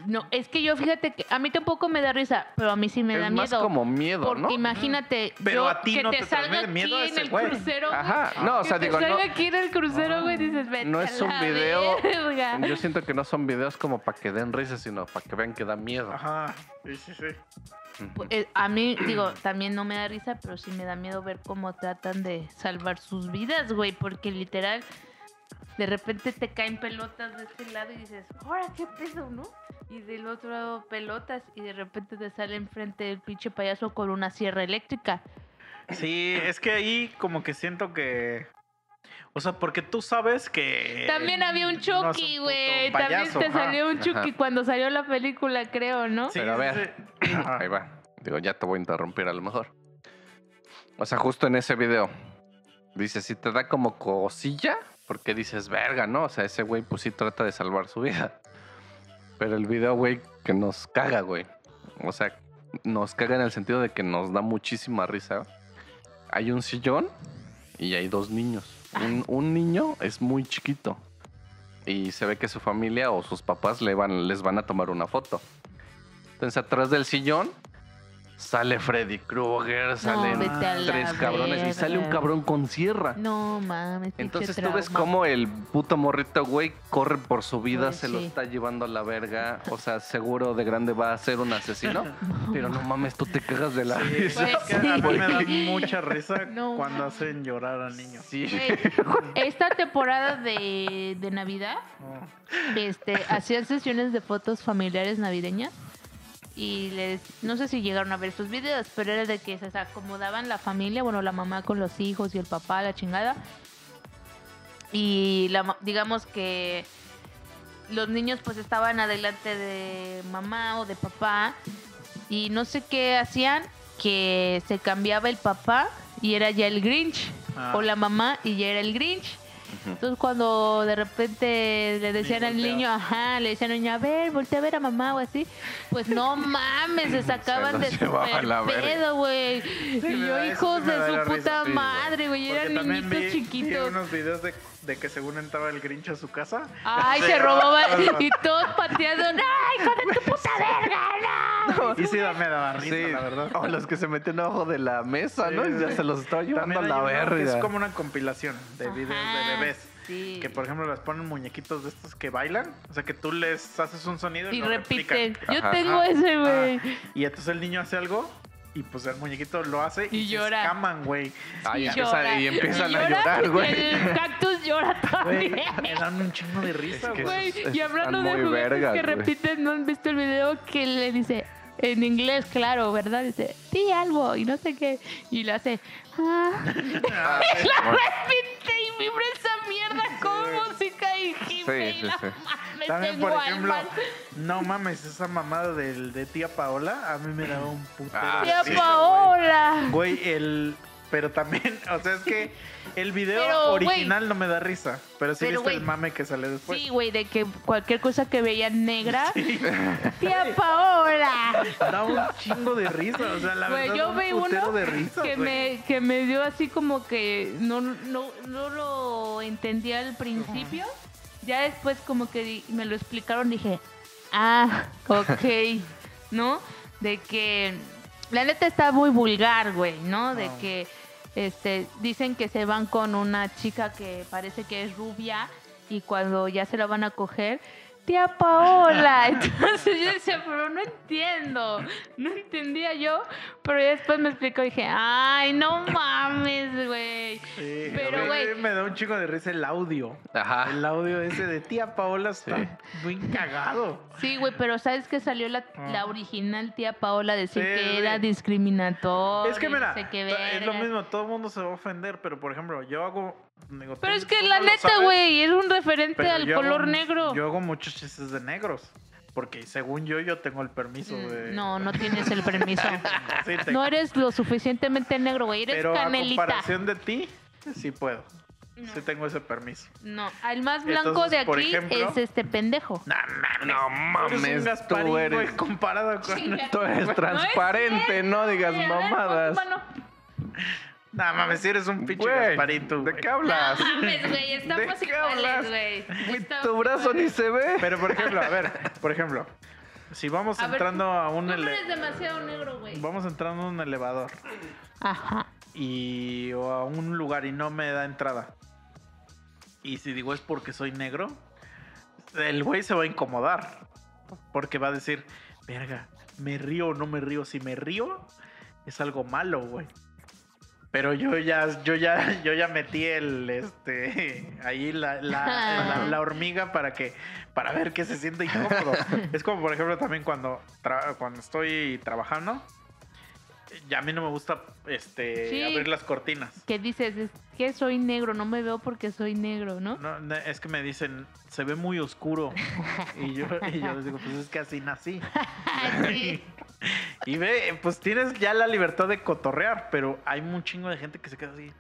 No, es que yo fíjate que a mí tampoco me da risa, pero a mí sí me es da más miedo. como miedo, porque ¿no? imagínate, Pero yo a ti que no te, te salga transmite miedo aquí en ese el güey. crucero. güey. Ajá, no, o Que sea, te digo, no, salga aquí en el crucero, güey, dices, vete no es a un la video. verga". Yo siento que no son videos como para que den risa, sino para que vean que da miedo. Ajá. Sí, sí, sí. Ujú. Pues, eh, a mí, digo, también no me da risa, pero sí me da miedo ver cómo tratan de salvar sus vidas, güey, porque literal, de repente te caen pelotas de este lado y dices, ahora qué peso, ¿no? Y del otro lado pelotas y de repente te sale enfrente el pinche payaso con una sierra eléctrica. Sí, es que ahí como que siento que. O sea, porque tú sabes que. Eh, También había un no es un Chucky, puto güey. También payaso, te ajá. salió un Ajá. Chucky cuando salió la película, creo, ¿no? Sí, Pero a sí, ver. sí. Ajá. Ahí va. Digo, ya te voy a interrumpir a lo mejor. O sea, justo en ese video. Dice, si te da como cosilla, porque dices, verga, ¿no? O sea, ese güey pues sí trata de salvar su vida. Pero el video, güey, que nos caga, güey. O sea, nos caga en el sentido de que nos da muchísima risa. Hay un sillón y hay dos niños. Un, un niño es muy chiquito. Y se ve que su familia o sus papás le van, les van a tomar una foto. Entonces, atrás del sillón sale Freddy Krueger, salen vete a la tres cabrones y sale un verga. cabrón con sierra. No mames. pinche Entonces tú ves trauma. cómo el puto morrito, güey, corre por su vida, Güey, se lo Pues sí. está llevando a la verga. O sea, seguro de grande va a ser un asesino. pero no mames, tú te cagas de la Sí, risa. es que a mí me da mucha risa No, cuando mames. hacen llorar al niño. Sí. Güey, Esta temporada de, de Navidad, No. este, hacían sesiones de fotos familiares navideñas y les, no sé si llegaron a ver sus videos, pero era de que se acomodaban la familia, bueno, la mamá con los hijos y el papá, la chingada. Y la, ma- digamos que los niños pues estaban adelante de mamá o de papá y no sé qué hacían, que se cambiaba el papá y era ya el Grinch Ah. o la mamá y ya era el Grinch. Entonces cuando de repente le decían al volteaba. niño, ajá, le decían al niño, a ver, voltea a ver a mamá o así, pues no mames, se sacaban los de llevaba a la super verga. pedo, güey. y me yo, da- eso hijos sí me de da la su risa, puta sí, güey. madre, güey, Porque eran también niñitos vi, Vi chiquitos. unos videos de, de que según entraba el Grinch a su casa. Ay, se robaban y todos pateando, ¡ay, hijo de tu puta verga! no! Y sí, da- me daba risa, Oh. Sí. la verdad. O los que se meten abajo de la mesa, Sí, ¿no? Y ya sí. se los está llevando También a la hay uno que verga. Es como una compilación de videos Ajá. de bebés. Ah, Sí. Que por ejemplo las ponen muñequitos de estos que bailan. O sea que tú les haces un sonido y, y lo repiten. replican. Yo Ajá. tengo ese, güey. Y entonces el niño hace algo y pues el muñequito lo hace y, Y se llora. escaman, güey. Ay, y, empieza- llora. y empiezan Y a llora, llorar, güey. El cactus llora Güey, también. Me dan un chingo de risa, Es que güey. Güey, esos- y esos hablando están de muy juguetes vergas, que güey. repiten, ¿no han visto el video que le dice en inglés, claro, verdad? Dice, sí, algo, y no sé qué. Y le hace, ah, Ah, repite y vibra esa mierda con música y jipe Sí, y sí, la sí. mames, También, por tengo ejemplo, almas. no mames, esa mamada del, de tía Paola, a mí me daba un putero. Ah, de Tía sí, risa, Paola. Güey, Güey, el... Pero también, o sea, es que el video Pero, güey. original no me da risa. Pero sí Pero, viste el güey. mame que sale pues después. Sí, güey, de que cualquier cosa que veía negra, tía Paola. Da un chingo de risa, o sea, la Güey, verdad, yo un vi putero uno de risa, güey. que, me, que me dio así como que no, no, no lo entendía al principio. Ya después como que di- me lo explicaron, dije, ah, ok, ¿no? De que la neta está muy vulgar, güey, ¿no? De Ah. que este, dicen que se van con una chica que parece que es rubia y cuando ya se la van a coger, tía Paola. Entonces yo decía, pero no entiendo, no entendía yo, pero ya después me explicó y dije, ay, no mames, güey. Sí, Pero, güey. Me da un chingo de risa el audio. Ajá. El audio ese de tía Paola está Sí. muy cagado. Sí, güey, pero ¿sabes que salió la, la original tía Paola a decir Ah. Sí, que sí. era discriminatoria? es que mira, no sé qué to- es lo verga? mismo, todo el mundo se va a ofender, pero por ejemplo, yo hago... digo, Pero tú- es que tú la no lo neta, sabes, güey, es un referente pero al yo hago color mu- negro. Yo hago muchos chistes de negros, porque según yo, yo tengo el permiso Mm, de... No, no tienes el permiso. Sí, te- No eres lo suficientemente negro, güey. Eres pero canelita. a comparación de ti, sí puedo. No, Sí tengo ese permiso. no, el más blanco Entonces, de por aquí ejemplo- es este pendejo. No mames. No Eres un mames, Gasparín, tú güey, eres, comparado con... Chinga. No tú eres transparente, no, digas Ay, a ver, pon tu mamadas. mano. mames, si eres un pinche Güey, Gasparín, tú, ¿De güey. qué hablas? No mames, güey, ¿De estamos qué iguales, hablas? güey. Güey, Estamos tu brazo ni iguales. se ve. Pero por ejemplo, a ver, por ejemplo, si vamos A ver, entrando a un Tú ele- no eres demasiado negro, güey. vamos entrando a un elevador Ajá. y o a un lugar y no me da entrada. Y si digo es porque soy negro, el güey se va a incomodar porque va a decir, "Verga, me río o no me río, si me río es algo malo, güey." Pero yo ya, yo ya, yo ya metí el, este, ahí la, la- la- la hormiga para que, para ver que se siente incómodo. Es como, por ejemplo, también cuando, tra- cuando estoy trabajando, ya a mí no me gusta, este, Sí. abrir las cortinas. ¿Qué dices? Es que soy negro, no me veo porque soy negro, ¿no? No, no, es que me dicen, se ve muy oscuro. Y yo, y yo les digo, pues es que así nací. Sí. Y ve, pues tienes ya la libertad de cotorrear, pero hay un chingo de gente que se queda así.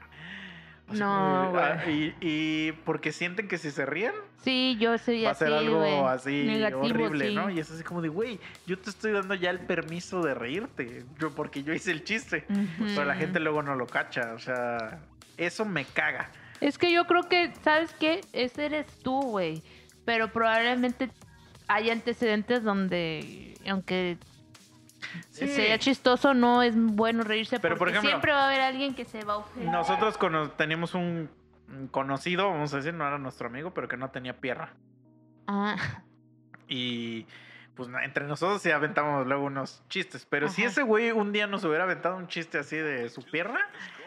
No, como de, ah, y, y porque sienten que si se ríen Sí, yo soy va a así, ser algo güey. así Negativo, horrible, sí. ¿no? Y es así como de, güey, yo te estoy dando ya el permiso de reírte, yo porque yo hice el chiste, Pues, Ujú. pero la gente luego no lo cacha, o sea, eso me caga. Es que yo creo que, ¿sabes qué? Ese eres tú, güey. Pero probablemente hay antecedentes donde, aunque sea chistoso, no es bueno reírse. Pero, por porque ejemplo, siempre va a haber alguien que se va a ofender. Nosotros cono- teníamos un un conocido, vamos a decir, no era nuestro amigo, pero que no tenía pierna. Ah, Y pues na- entre nosotros sí aventamos luego unos chistes. Pero si Ajá. ese güey un día nos hubiera aventado un chiste así de su pierna,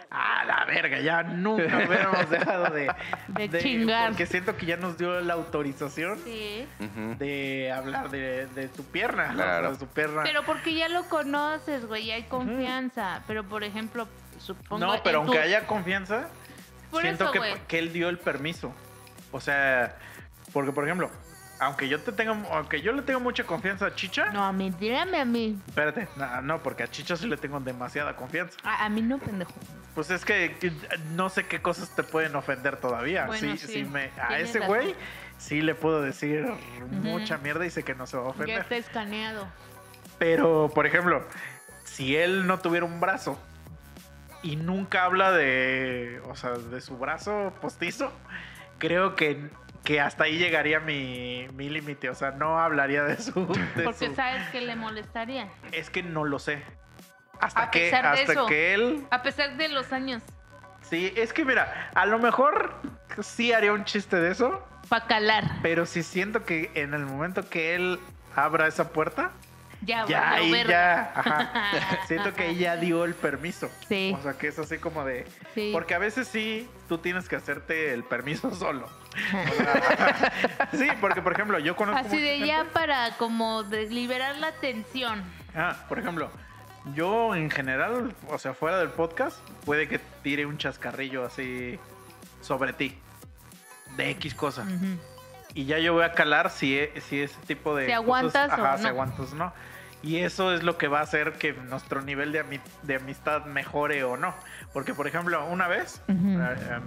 a la verga, ya nunca hubiéramos dejado de, De chingar. Porque siento que ya nos dio la autorización sí. Ujú. de hablar de, de tu pierna. ¿no? Claro. O sea, de su pierna. Pero porque ya lo conoces, güey, y hay confianza. Pero, por ejemplo, supongo... no, en pero tu- aunque haya confianza, Por siento eso, que, güey. que él dio el permiso. O sea, porque por ejemplo, aunque yo te tenga, aunque yo le tengo mucha confianza a Chicha, No, a mí, dígame a mí. espérate, no, no, porque a Chicha sí le tengo demasiada confianza. A, a mí no, pendejo. Pues es que que, no sé qué cosas te pueden ofender todavía. Bueno, sí, sí. sí me, a Tienes ese razón. güey sí le puedo decir mucha mierda y sé que no se va a Ya ofender. está escaneado. Pero, por ejemplo, si él no tuviera un brazo y nunca habla de, o sea, de su brazo postizo, creo que, que hasta ahí llegaría mi, mi límite. O sea, no hablaría de su... de Porque su- sabes que le molestaría. es que no lo sé. Hasta, A que, pesar de hasta eso. que él A pesar de los años. Sí, es que mira, a lo mejor sí haría un chiste de eso, para calar. pero sí siento que en el momento que él abra esa puerta, Ya, ya valió ahí verga. ya, ajá. siento que ahí ya dio el permiso. Sí. O sea, que es así como de, Sí. porque a veces sí, tú tienes que hacerte el permiso solo. O sea, sí, porque por ejemplo, yo conozco Así mucha de gente- ya para como de- liberar la tensión. Ah, por ejemplo, yo en general, o sea, fuera del podcast, puede que tire un chascarrillo así sobre ti. De X cosa. Ujú. Y ya yo voy a calar si, e- si ese tipo de. Si aguantas cosas- o ajá, no. si aguantas o no. Y eso es lo que va a hacer que nuestro nivel de, ami- de amistad mejore o no. Porque, por ejemplo, una vez, Ujú. eh, em,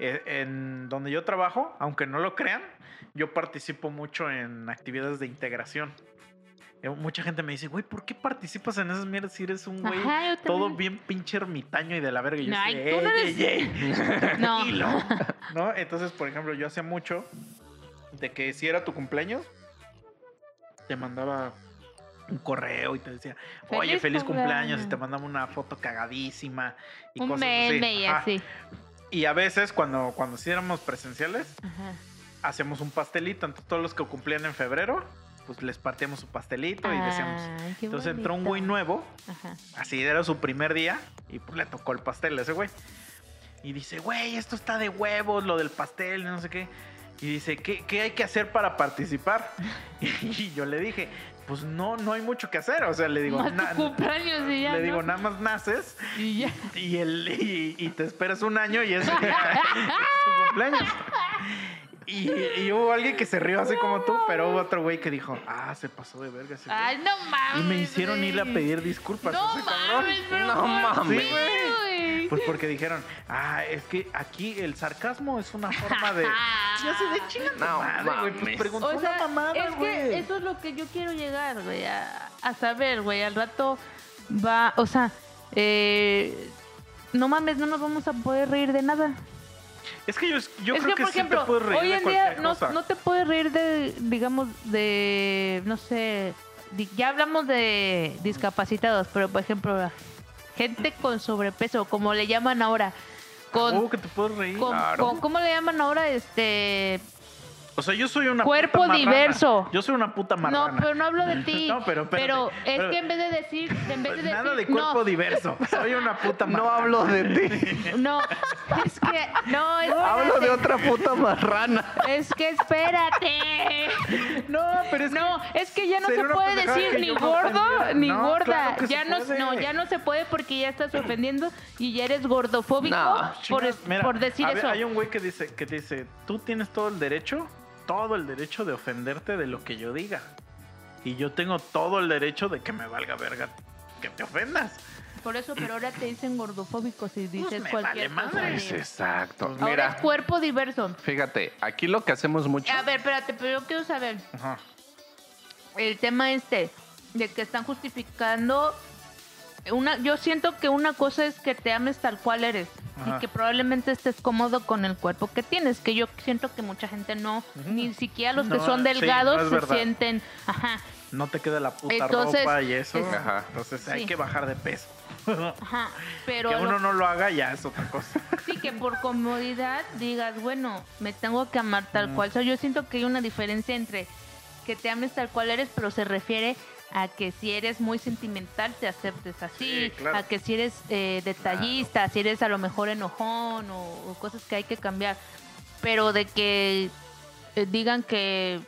eh, en donde yo trabajo, aunque no lo crean, yo participo mucho en actividades de integración. Eh, Mucha gente me dice, güey, ¿por qué participas en esas mierdas si eres un güey Ajá, yo todo también. bien pinche ermitaño y de la verga? Y yo Ay, así de, tú no "Ey, ey, ey". No. Tranquilo, ¿no? Entonces, por ejemplo, yo hacía mucho de que si era tu cumpleaños, te mandaba un correo y te decía, oye, Feliz feliz cumpleaños, cumpleaños. y te mandaba una foto cagadísima y Un cosas meme así. y Ajá. así. Y a veces cuando, cuando sí éramos presenciales, Ajá. hacíamos un pastelito. Entonces todos los que cumplían en febrero, pues les partíamos su pastelito y decíamos. Ay, Ah, qué Entonces entró un bonito. güey nuevo Ajá. Así era su primer día y pues le tocó el pastel a ese güey. Y dice, güey, esto está de huevos, lo del pastel, no sé qué. Y dice, ¿qué, qué hay que hacer para participar? Y yo le dije, pues no, no hay mucho que hacer. O sea, le digo, Más tu "Na- cumpleaños y ya, le ¿no? digo, nada más naces Y ya. y, el, y, y te esperas un año y es, es tu cumpleaños. Y, y hubo alguien que se rió así como tú, pero hubo otro güey que dijo, ah, se pasó de verga. ese güey". Ay, no mames. y me hicieron ir a güey. pedir disculpas. No ese cabrón. mames, pero No ¿por mames. qué, Sí, güey. güey? Pues porque dijeron, ah, es que aquí el sarcasmo es una forma de. Ya se de chinga tu No madre, güey. Pues mames. preguntó O Ah. sea, una mamada, es güey. que eso es lo que yo quiero llegar, güey, a, a saber, güey, al rato va, o sea, eh, no mames, no nos vamos a poder reír de nada. Es que yo, yo es creo que, por sí ejemplo, te puedes reír hoy de en día cualquier no, cosa. no te puedes reír de, digamos, de, no sé, di- ya hablamos de discapacitados, pero por ejemplo, la gente con sobrepeso, como le llaman ahora, con, Oh, que te puedes reír. con- claro. con- ¿cómo le llaman ahora? Este, O sea, yo soy una Cuerpo puta marrana. diverso. Yo soy una puta marrana. No, pero no hablo de ti. No, pero espérate, pero es pero- que en vez de decir, en vez de decir, Nada de cuerpo diverso. Soy una puta marrana. No hablo de ti, no, no, es que no, es, hablo de otra puta marrana. es que espérate. No, pero es que- No, es que ya no sería se una puede pendejada que decir ni yo no gordo entendiera. ni No, gorda. claro que ya se no, puede. no, ya no se puede porque ya estás ofendiendo y ya eres gordofóbico No, por, Chingas, mira, por decir a ver, eso. Hay un güey que dice, que dice, tú tienes todo el derecho, todo el derecho de ofenderte de lo que yo diga. Y yo tengo todo el derecho de que me valga verga que te ofendas. Por eso, pero ahora te dicen gordofóbico si dices Pues me cualquier vale cosa. madre. Es Pues, exacto. Ahora Ahora es Mira, cuerpo diverso. fíjate, aquí lo que hacemos mucho. A ver, espérate, pero yo quiero saber. Ajá. el tema este de que están justificando una yo siento que una cosa es que te ames tal cual eres Ajá. y que probablemente estés cómodo con el cuerpo que tienes que yo siento que mucha gente no Ujú. ni siquiera los No, que son sí, delgados no es se verdad. sienten ajá No te queda la puta Entonces, ropa y eso. es- Ajá. Entonces hay Sí. que bajar de peso. ajá pero que a lo- uno no lo haga ya es otra cosa. sí que por comodidad digas bueno me tengo que amar tal Mm. cual soy yo siento que hay una diferencia entre que te ames tal cual eres pero se refiere a que si eres muy sentimental te aceptes así, Sí, claro. a que si eres eh, detallista, si eres a lo mejor enojón o, o cosas que hay que cambiar, pero de que eh, digan que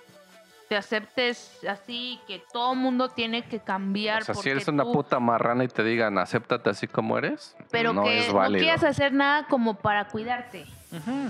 te aceptes así, que todo mundo tiene que cambiar. O sea, si porque eres una tú- puta marrana y te digan, acéptate así como eres, pero no que es no válido. quieras hacer nada como para cuidarte. Ujú.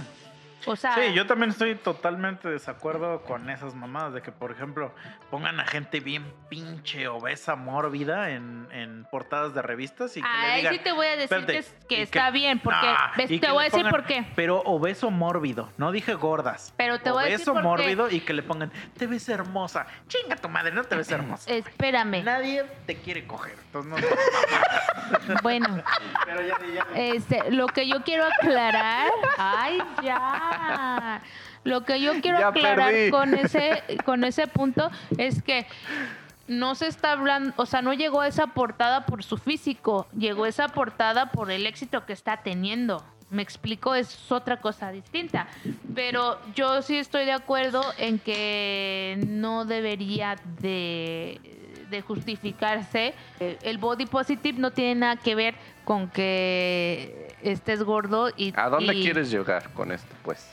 O sea, Sí, yo también estoy totalmente desacuerdo con esas mamadas de que, por ejemplo, pongan a gente bien pinche obesa, mórbida en, en portadas de revistas y que le ahí digan, sí te voy a decir "Espérate", que, es- que y está bien, porque Nah, ves, y te que voy le a decir pongan, por qué. Pero obeso mórbido, no dije gordas. Pero te voy a decir obeso por qué. mórbido y que le pongan, te ves hermosa. Chinga tu madre, no te Eh, ves hermosa. Espérame. Nadie te quiere coger. Entonces no. Bueno, pero ya, ya- este, lo que yo quiero aclarar, ay ya, lo que yo quiero Ya aclarar perdí. con ese, con ese punto es que no se está hablando, o sea, no llegó a esa portada por su físico, llegó a esa portada por el éxito que está teniendo. me explico, es otra cosa distinta. Pero yo sí estoy de acuerdo en que no debería de, de justificarse. Eh, El body positive no tiene nada que ver con que estés gordo y... ¿A dónde y, quieres llegar con esto, pues?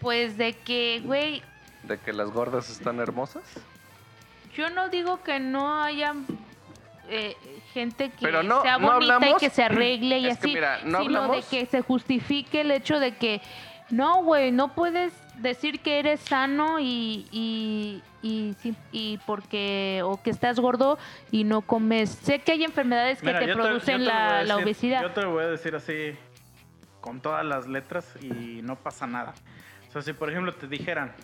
Pues de que, güey, ¿De que las gordas están hermosas? yo no digo que no haya... eh, gente que Pero no- sea no bonita y hablamos- que se arregle y Es que así, mira, no sino hablamos- de que se justifique el hecho de que no, güey, no puedes decir que eres sano y, y, y, sí- y porque o que estás gordo y no comes. Sé que hay enfermedades que Mira, te yo yo producen te lo voy la, a la decir- obesidad. Yo te lo voy a decir así con todas las letras y no pasa nada. O sea, si por ejemplo te dijeran,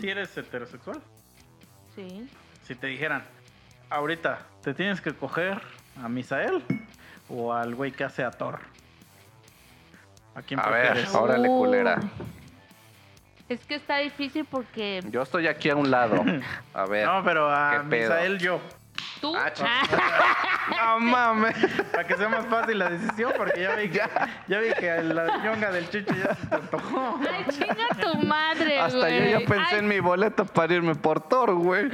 si eres heterosexual, Sí. si te dijeran, ahorita te tienes que coger a Misael o al güey que hace a Thor. ¿A quién A ver, prefieres? Órale, Uy. culera. Es que está difícil porque Yo estoy aquí a un lado. A ver. No, pero a ¿Qué pedo? Misael yo. tú... Ah, chis- Ah, ¡No mames! Para que sea más fácil la decisión, porque ya vi que, ya. vi que la yonga del chicho ya se te antojó. ay, chinga tu madre, Hasta yo güey. ya pensé Ay, en mi boleto para irme por Thor, güey.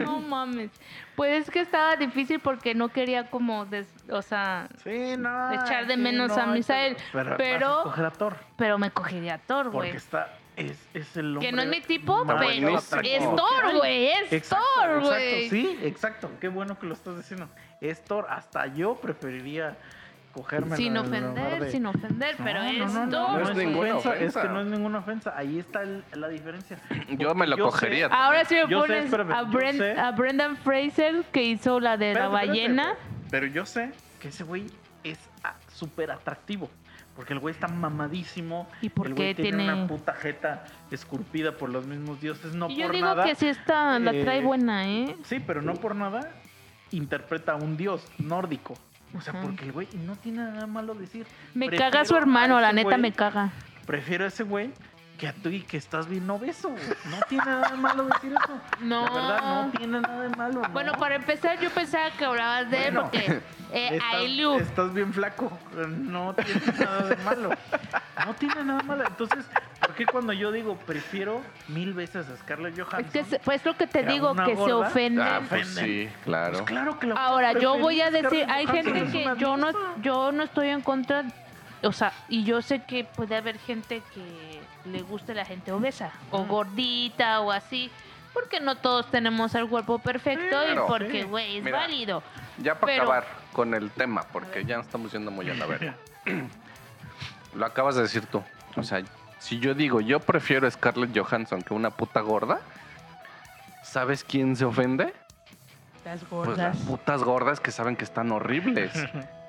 No mames. Pues es que estaba difícil porque no quería como, des- o sea, Sí, no. Echar de sí, menos a Misael, pero- vas a coger a Thor, pero me cogería a Thor, porque güey. está. Es, es el hombre Que no es mi tipo, más buenísimo. pero es atractivo que Thor, hay. güey. Es Exacto, Thor, exacto, güey. Sí, exacto. Qué bueno que lo estás diciendo. Es Thor. Hasta yo preferiría cogerme Sin ofender, sin ofender, pero es no, no, Thor. no es güey. ninguna Es ofensa. que no es ninguna ofensa. Ahí está el- la diferencia. Yo me lo Yo sé- cogería. Ahora sí me Yo sé, pones espérame, a, yo Brent- sé. a Brendan Fraser que hizo la de la Espérate, espérate, ballena. espérate. Pero yo sé que ese güey es ah, súper atractivo. Porque el güey está mamadísimo. ¿Y por el güey qué tiene, tiene- una puta jeta esculpida por los mismos dioses. No Y yo por digo nada. que sí esta la trae eh, buena, ¿eh? Sí, pero no por nada interpreta a un dios nórdico. O sea, Ajá. porque el güey no tiene nada malo decir. Me Prefiero caga su a hermano, la ese neta güey- me caga. Prefiero a ese güey que a tú y que estás bien obeso. güey. No tiene nada malo decir eso. No. La verdad, no tiene nada de malo. no. Bueno, para empezar, yo pensaba que hablabas de él Bueno. porque eh, estás, Ailu. estás bien flaco. No tiene nada de malo. No tiene nada de malo. Entonces, ¿por qué cuando yo digo prefiero mil veces a Scarlett Johansson? Es que se- pues lo que te que a digo, una que se gorda- ofenden. Ah, pues sí, Pues claro. claro que la Ahora, yo voy a preferir decir, hay Scarlett gente Johansson, es una que yo no, diosa. yo no estoy en contra, o sea, y yo sé que puede haber gente que le guste la gente obesa, o Ujú. gordita, o así, porque no todos tenemos el cuerpo perfecto Sí, claro. y Sí. porque, güey, es Mira. válido. Ya para Pero- acabar con el tema, porque ya nos estamos yendo muy a la verga. Lo acabas de decir tú. O sea, si yo digo, yo prefiero a Scarlett Johansson que una puta gorda, ¿sabes quién se ofende? Las Pues gordas. las putas gordas que saben que están horribles.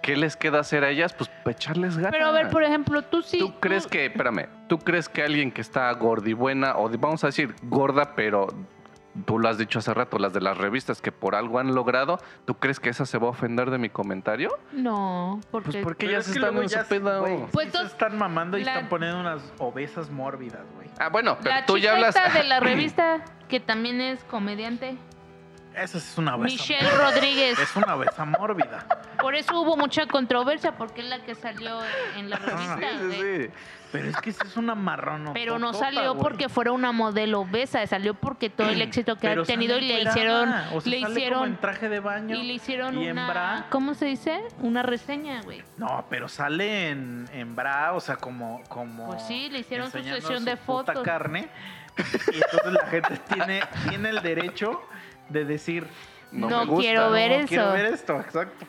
¿Qué les queda hacer a ellas? Pues echarles ganas. Pero a ver, por ejemplo, tú sí. ¿Tú crees que, espérame, tú crees que alguien que está gordibuena, o di- vamos a decir gorda, pero tú lo has dicho hace rato, las de las revistas que por algo han logrado, ¿tú crees que esa se va a ofender de mi comentario? No, porque... Pues porque Pero ellas es que están luego en su ya sí, pedo. güey, sí Pues se entonces, están mamando y la- están poniendo unas obesas mórbidas, güey. Ah, bueno, pero La tú ya chica hablas. esta de la revista, que también es comediante, Esa es una obesa. Michelle Rodríguez. Es una obesa mórbida. Por eso hubo mucha controversia, porque es la que salió en la Ah, Sí, revista, sí, güey. sí. Pero es que esa es una marrón. Pero no salió porque fuera una modelo obesa, salió porque todo Mm. el éxito que ha tenido y le hicieron, ah, le en hicieron traje de baño. y le hicieron y en una, bra. ¿cómo se dice? Una reseña, güey. No, pero sale en, en bra, o sea, como, como. Pues sí, le hicieron su enseñando sesión de puta fotos. carne. Y entonces la gente tiene, tiene el derecho de decir. No, No me gusta. quiero ver no eso. quiero ver esto, exacto.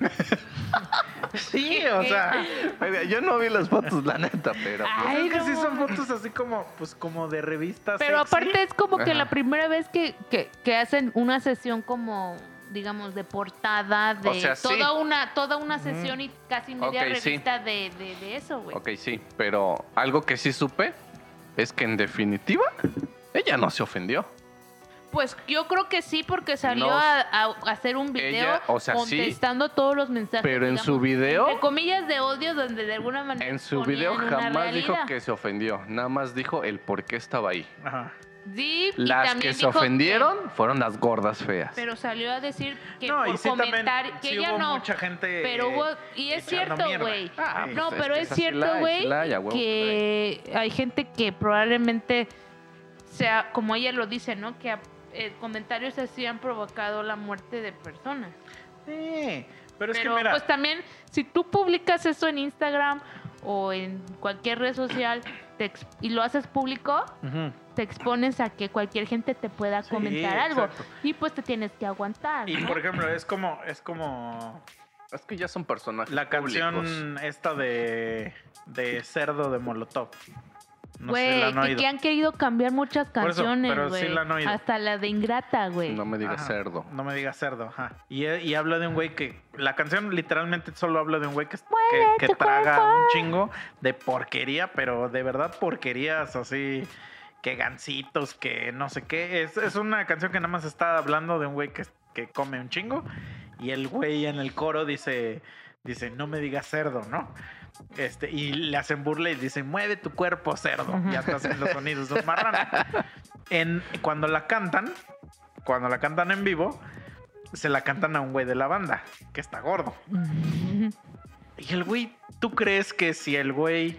sí, o sea. Oiga, yo no vi las fotos, la neta, pero. pues, Ay, Creo que sí no. son fotos así como, pues, como de revistas. Pero sexy. aparte es como que Ajá. la primera vez que, que, que hacen una sesión como digamos de portada de O sea, sí. toda una toda una sesión y casi media Ok, sí. revista de, de, de eso, güey. Ok, sí, pero algo que sí supe es que en definitiva ella no se ofendió. Pues yo creo que sí, porque salió No. a, a hacer un video Ella, o sea, sí, contestando todos los mensajes. Pero en digamos, su video, entre comillas de odio, donde de alguna manera. en su ponían video una jamás dijo realidad. que se ofendió, nada más dijo el por qué estaba ahí. Ajá. Deep y Las también que se dijo ofendieron fueron las gordas feas. pero salió a decir que no, y por sí también. comentar que sí ella hubo no, mucha gente. eh, pero hubo y es echando cierto, mierda. güey. Ah, Sí. pues No, es pero que es esa sí la cierto, hay, güey, sí la hay, a huevo que que hay gente que probablemente sea, como ella lo dice, ¿no? Que a- eh, comentarios así han provocado la muerte de personas. Sí, pero es Pero que mira. pues también, si tú publicas eso en Instagram o en cualquier red social te ex- y lo haces público, Ujú. te expones a que cualquier gente te pueda Sí, comentar algo. exacto. Y pues te tienes que aguantar. Y ¿no? por ejemplo, es como, es como hay. Es que ya son personajes la públicos. canción esta de, de cerdo de Molotov. No sé, Güey, la han que, oído. que han querido cambiar muchas Por eso, canciones, pero sí güey. la han oído. Hasta la de Ingrata, güey. No me digas Ajá, cerdo. No me digas cerdo, ajá. Y, y habla de un güey que. La canción literalmente solo habla de un güey que, que- que tu traga cuerpo. un chingo de porquería, pero de verdad porquerías así. Que gancitos, que no sé qué. Es, es una canción que nada más está hablando de un güey que, que come un chingo. Y el güey en el coro dice. Dice, no me digas cerdo, ¿no? Este, y le hacen burla y dicen, mueve tu cuerpo, cerdo. Ujú. Ya está haciendo sonidos de un marrano. En, cuando la cantan, cuando la cantan en vivo, se la cantan a un güey de la banda, que está gordo. Y el güey, ¿tú crees que si el güey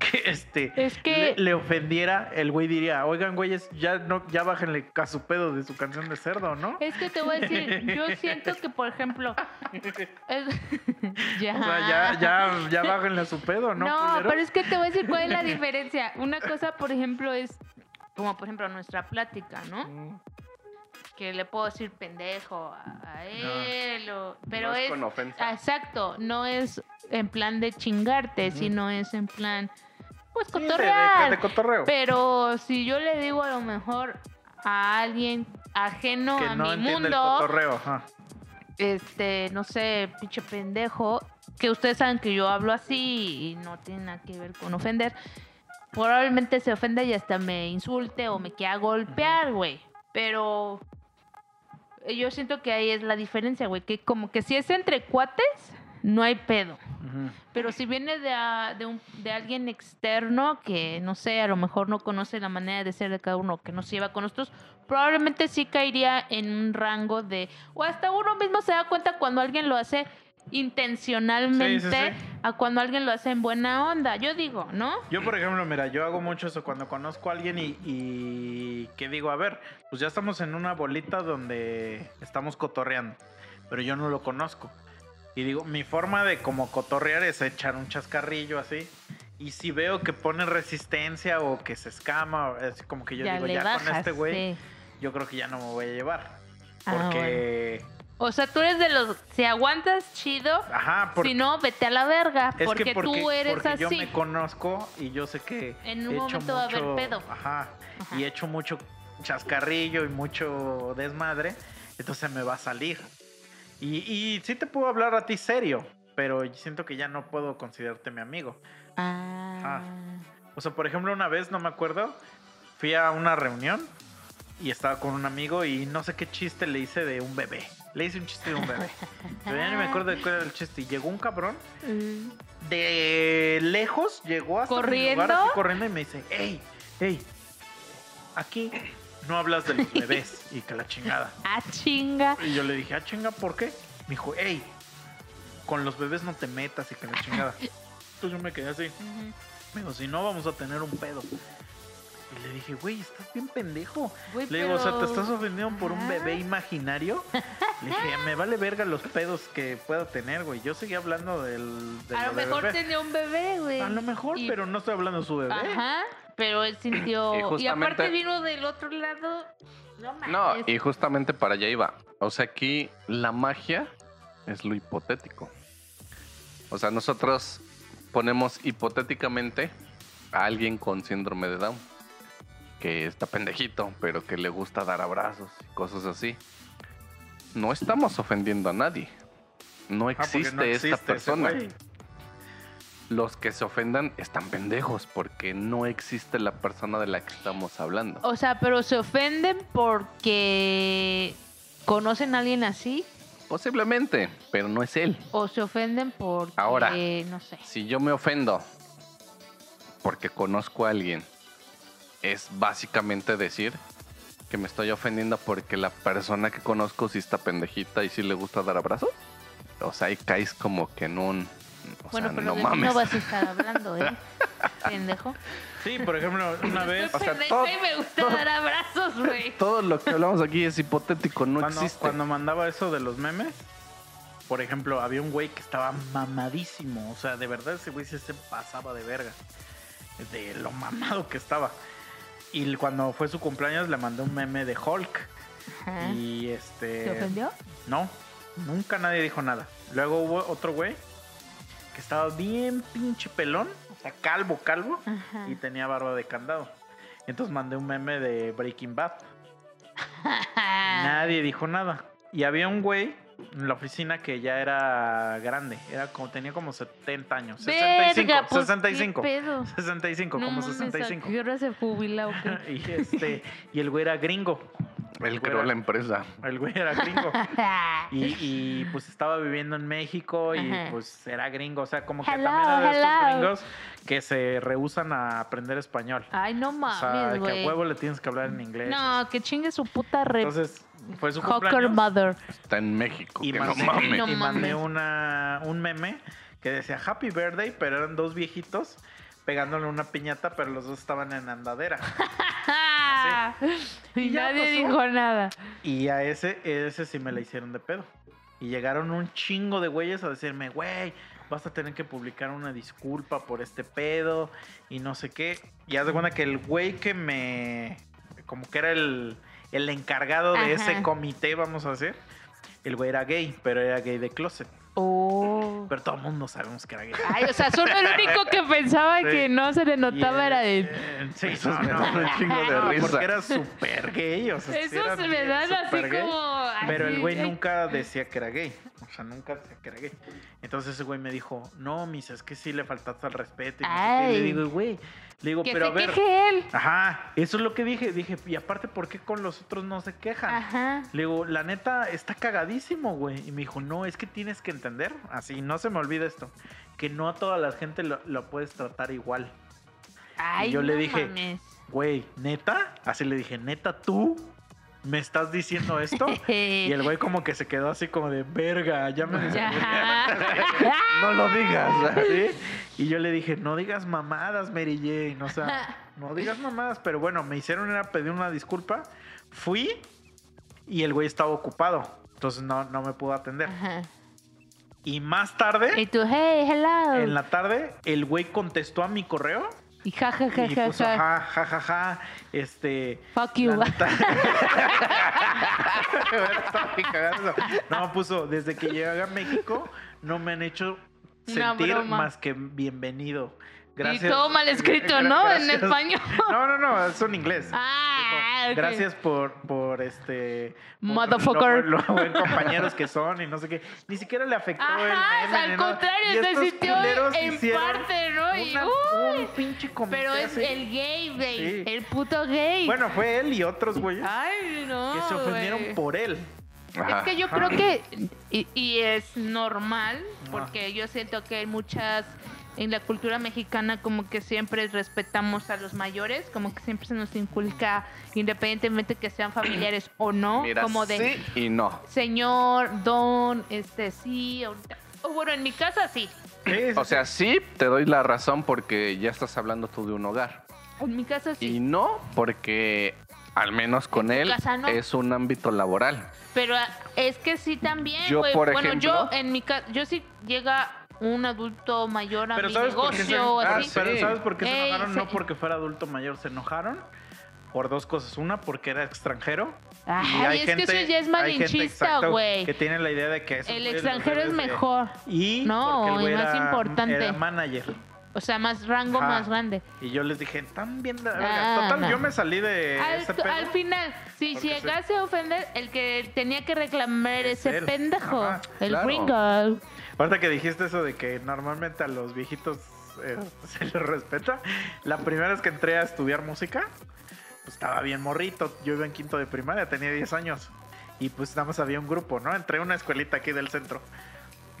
que este Es que- le, le ofendiera, el güey diría, oigan, güeyes, ya no, ya bájenle a su pedo de su canción de cerdo, ¿no? Es que te voy a decir, yo siento que, por ejemplo. es- ya. O sea, ya, ya, ya bájenle a su pedo, ¿no? No, culero? pero es que te voy a decir cuál es la diferencia. Una cosa, por ejemplo, es como, por ejemplo, nuestra plática, ¿no? Que le puedo decir pendejo a, a él, o- pero No es. con ofensa. Ah, Exacto, no es en plan de chingarte, sino es en plan, pues Sí, de- de, cotorrear. de cotorreo. Pero si yo le digo a lo mejor a alguien ajeno que a no mi entiende el mundo, cotorreo. ajá. este, no sé, pinche pendejo, que ustedes saben que yo hablo así y no tiene nada que ver con ofender, probablemente se ofenda y hasta me insulte o me quiera golpear, güey. Pero eh, yo siento que ahí es la diferencia, güey, que como que si es entre cuates, no hay pedo. Ujú. Pero si viene de, a- de, un- de alguien externo que, no sé, a lo mejor no conoce la manera de ser de cada uno, que no se lleva con nosotros, probablemente sí caería en un rango de... O hasta uno mismo se da cuenta cuando alguien lo hace intencionalmente sí. a cuando alguien lo hace en buena onda. Yo digo, ¿no? Yo, por ejemplo, mira, yo hago mucho eso cuando conozco a alguien y, y que digo, a ver, pues ya estamos en una bolita donde estamos cotorreando, pero yo no lo conozco. Y digo, mi forma de como cotorrear es echar un chascarrillo así. Y si veo que pone resistencia o que se escama, o es como que yo digo, ya con este güey, sí. yo creo que ya no me voy a llevar. Ah, Porque, O sea, tú eres de los... Si aguantas, chido. ajá, porque si no, vete a la verga. Es Porque, que porque, tú eres porque así. yo me conozco y yo sé que En un he hecho momento va a haber mucho- pedo. Ajá, Ajá. Y he hecho mucho chascarrillo y mucho desmadre, entonces me va a salir. Y, y sí te puedo hablar a ti serio, pero siento que ya no puedo considerarte mi amigo. Ah. O sea, por ejemplo, una vez, no me acuerdo, fui a una reunión y estaba con un amigo y no sé qué chiste le hice de un bebé. Le hice un chiste de un bebé. Pero ya no me acuerdo de cuál era el chiste. Y llegó un cabrón Mm. de lejos llegó hasta mi ¿Corriendo? lugar, así corriendo y me dice, hey, hey, aquí no hablas de los bebés y que la chingada. Ah, chinga. Y yo le dije, ah, chinga, ¿por qué? Me dijo, hey, con los bebés no te metas y que la chingada. Entonces yo me quedé así, me dijo, si no vamos a tener un pedo. Y le dije, güey, estás bien pendejo. Güey, Le digo, o sea, pero- ¿te estás ofendiendo por un Ajá. bebé imaginario? Le dije, me vale verga los pedos que pueda tener, güey. Yo seguía hablando del... del A lo mejor bebé. tenía un bebé, güey. A lo mejor, Y- pero no estoy hablando de su bebé. Ajá, pero él Y sintió... Y, justamente- aparte vino del otro lado... No, No, mames. y justamente para allá iba. O sea, aquí la magia es lo hipotético. O sea, nosotros ponemos hipotéticamente a alguien con síndrome de Down, que está pendejito, pero que le gusta dar abrazos y cosas así. No estamos ofendiendo a nadie. No Ah, porque existe, no existe esta ese persona. güey. Los que se ofendan están pendejos porque no existe la persona de la que estamos hablando. O sea, pero se ofenden porque... ¿Conocen a alguien así? Posiblemente, pero no es él. ¿O se ofenden porque... Ahora. No sé. Si yo me ofendo porque conozco a alguien es básicamente decir que me estoy ofendiendo porque la persona que conozco sí está pendejita y sí le gusta dar abrazos. O sea, ahí caes como que en un... o bueno, sea, pero no de mí mames. no vas a estar hablando, ¿eh? Pendejo. Sí, por ejemplo, una vez. Soy sea, pendeja todo- y me gusta todo- dar abrazos, güey. Todo lo que hablamos aquí es hipotético, no cuando, existe. cuando mandaba eso de los memes, por ejemplo, había un güey que estaba mamadísimo. O sea, de verdad ese güey sí se pasaba de verga. De lo mamado que estaba. Y cuando fue su cumpleaños le mandé un meme de Hulk. Ajá. Y este. ¿Te ofendió? No, nunca nadie dijo nada. Luego hubo otro güey que estaba bien pinche pelón, o sea, calvo, calvo, Ajá. y tenía barba de candado. Entonces mandé un meme de Breaking Bad. Ah. Nadie dijo nada. Y había un güey en la oficina que ya era grande, era como tenía como 70 años, 65, Verga, pues, 65, ¿qué pedo? 65, No como mames, ¿a 65. ¿Qué hora se jubila o qué? Y este y el güey era gringo, Él creó la empresa. el güey era gringo. Y, y, pues estaba viviendo en México y Ajá. pues era gringo. O sea, como que Hello, también era de estos hello. gringos que se rehusan a aprender español. Ay, no o sea, de mames, que güey. a huevo le tienes que hablar en inglés. No, que chingue su puta red. Entonces, fue su Hawker cumpleaños Mother. Está en México. y que no mandé, mames. No y mandé mames. una, un meme que decía Happy Birthday, pero eran dos viejitos pegándole una piñata, pero los dos estaban en andadera. Y Ah, Y ya nadie pasó. dijo nada. Y a ese, ese sí me la hicieron de pedo. Y llegaron un chingo de güeyes a decirme, güey, vas a tener que publicar una disculpa por este pedo y no sé qué. Y haz de cuenta que el güey que me... como que era el, el encargado de Ajá. ese comité, vamos a decir. El güey era gay, pero era gay de closet. Oh. Pero todo el mundo sabemos que era gay. Ay, o sea, solo el único que pensaba Sí. que no se le Y notaba el- era de. eh, sí, Eso no, me no, da un chingo de no, risa. porque era súper gay. O sea, sí Eso era se me dan así súper gay. como. ay, Pero el sí, güey ay. nunca decía que era gay. O sea, nunca decía que era gay. Entonces ese güey me dijo, no, misa, es que sí le faltaste al respeto. Y, no sé qué. Y Ay. le digo, güey. Le digo, Que pero a se ver. queje él. Ajá, eso es lo que dije. Dije, y aparte, ¿por qué con los otros no se quejan? Ajá. Le digo, la neta, está cagadísimo, güey. Y me dijo, no, es que tienes que entender, así, no se me olvida esto, que no a toda la gente lo, lo puedes tratar igual. Ay, yo le no dije, mames. Güey, ¿neta? Así le dije, ¿neta tú me estás diciendo esto? Y el güey como que se quedó así como de verga, ya me Ya. No lo digas. ¿eh? ¿Sí? Y yo le dije, no digas mamadas, Mary Jane. O sea, no digas mamadas. Pero bueno, me hicieron era pedir una disculpa. Fui y el güey estaba ocupado. Entonces no, no me pudo atender. Ajá. Y más Y tarde, tú, hey, hello. en la tarde, el güey contestó a mi correo Y ja, ja, ja, y ja, puso, ja. ja, ja, ja, ja, este... Fuck you. La neta. Estaba bien cagado. Ah. no, puso, desde que llegué a México no me han hecho Una sentir broma. más que bienvenido. Gracias. Y todo mal escrito, ¿no? En Gracias. español. No, no, no, es un inglés. Ah, ok. Gracias por, por este. por Motherfucker. Lo, lo buen compañeros que son y no sé qué. Ni siquiera le afectó el Ajá, meme, al ¿no? Y contrario, se estos sintió culeros en hicieron parte, ¿no? Y, una- uy, un pinche comité pero es así. el gay, güey. Sí. El puto gay. Bueno, fue él y otros güeyes Ay, no. que se ofendieron Ah, güey. por él. Ajá. Es que yo Ajá. creo que, y, y es normal, Ah. porque yo siento que hay muchas, en la cultura mexicana como que siempre respetamos a los mayores, como que siempre se nos inculca, independientemente que sean familiares o no, Mira, como de sí y no. señor, don, este, sí, ahorita- o bueno, en mi casa sí, Sí, sí, O sea, sí, te doy la razón porque ya estás hablando tú de un hogar. en mi casa Y sí, no porque, al menos con En tu él, casa no. es un ámbito laboral. pero ah, es que sí también, Yo, güey. por bueno, yo ejemplo- en mi casa, yo sí llega un adulto mayor a Pero mi ¿sabes por qué se, negocio, o ah, así. Eh, sí. pero ¿sabes por qué se Ey, enojaron? se- No porque fuera adulto mayor, se enojaron por dos cosas. Una, porque era extranjero. y hay Ay, es gente, que eso ya es hay gente, malinchista, exacto, güey. Que tiene la idea de que esos El güeyes los extranjero es debes de- mejor. Y No, porque el y güey más era- importante. Era manager. O sea, más rango, Ajá. más grande. Y yo les dije, tan bien. de la Ah, verga". Total, no. yo me salí de Al, Eh, ese pedo. al final, si Porque llegase a ofender, el que tenía que reclamar Es ese él. pendejo, Ajá, el claro. gringo. Ahorita que dijiste eso de que normalmente a los viejitos eh, se les respeta, la primera vez que entré a estudiar música, pues estaba bien morrito. Yo iba en quinto de primaria, tenía 10 años. Y pues nada más había un grupo, ¿no? Entré a una escuelita aquí del centro.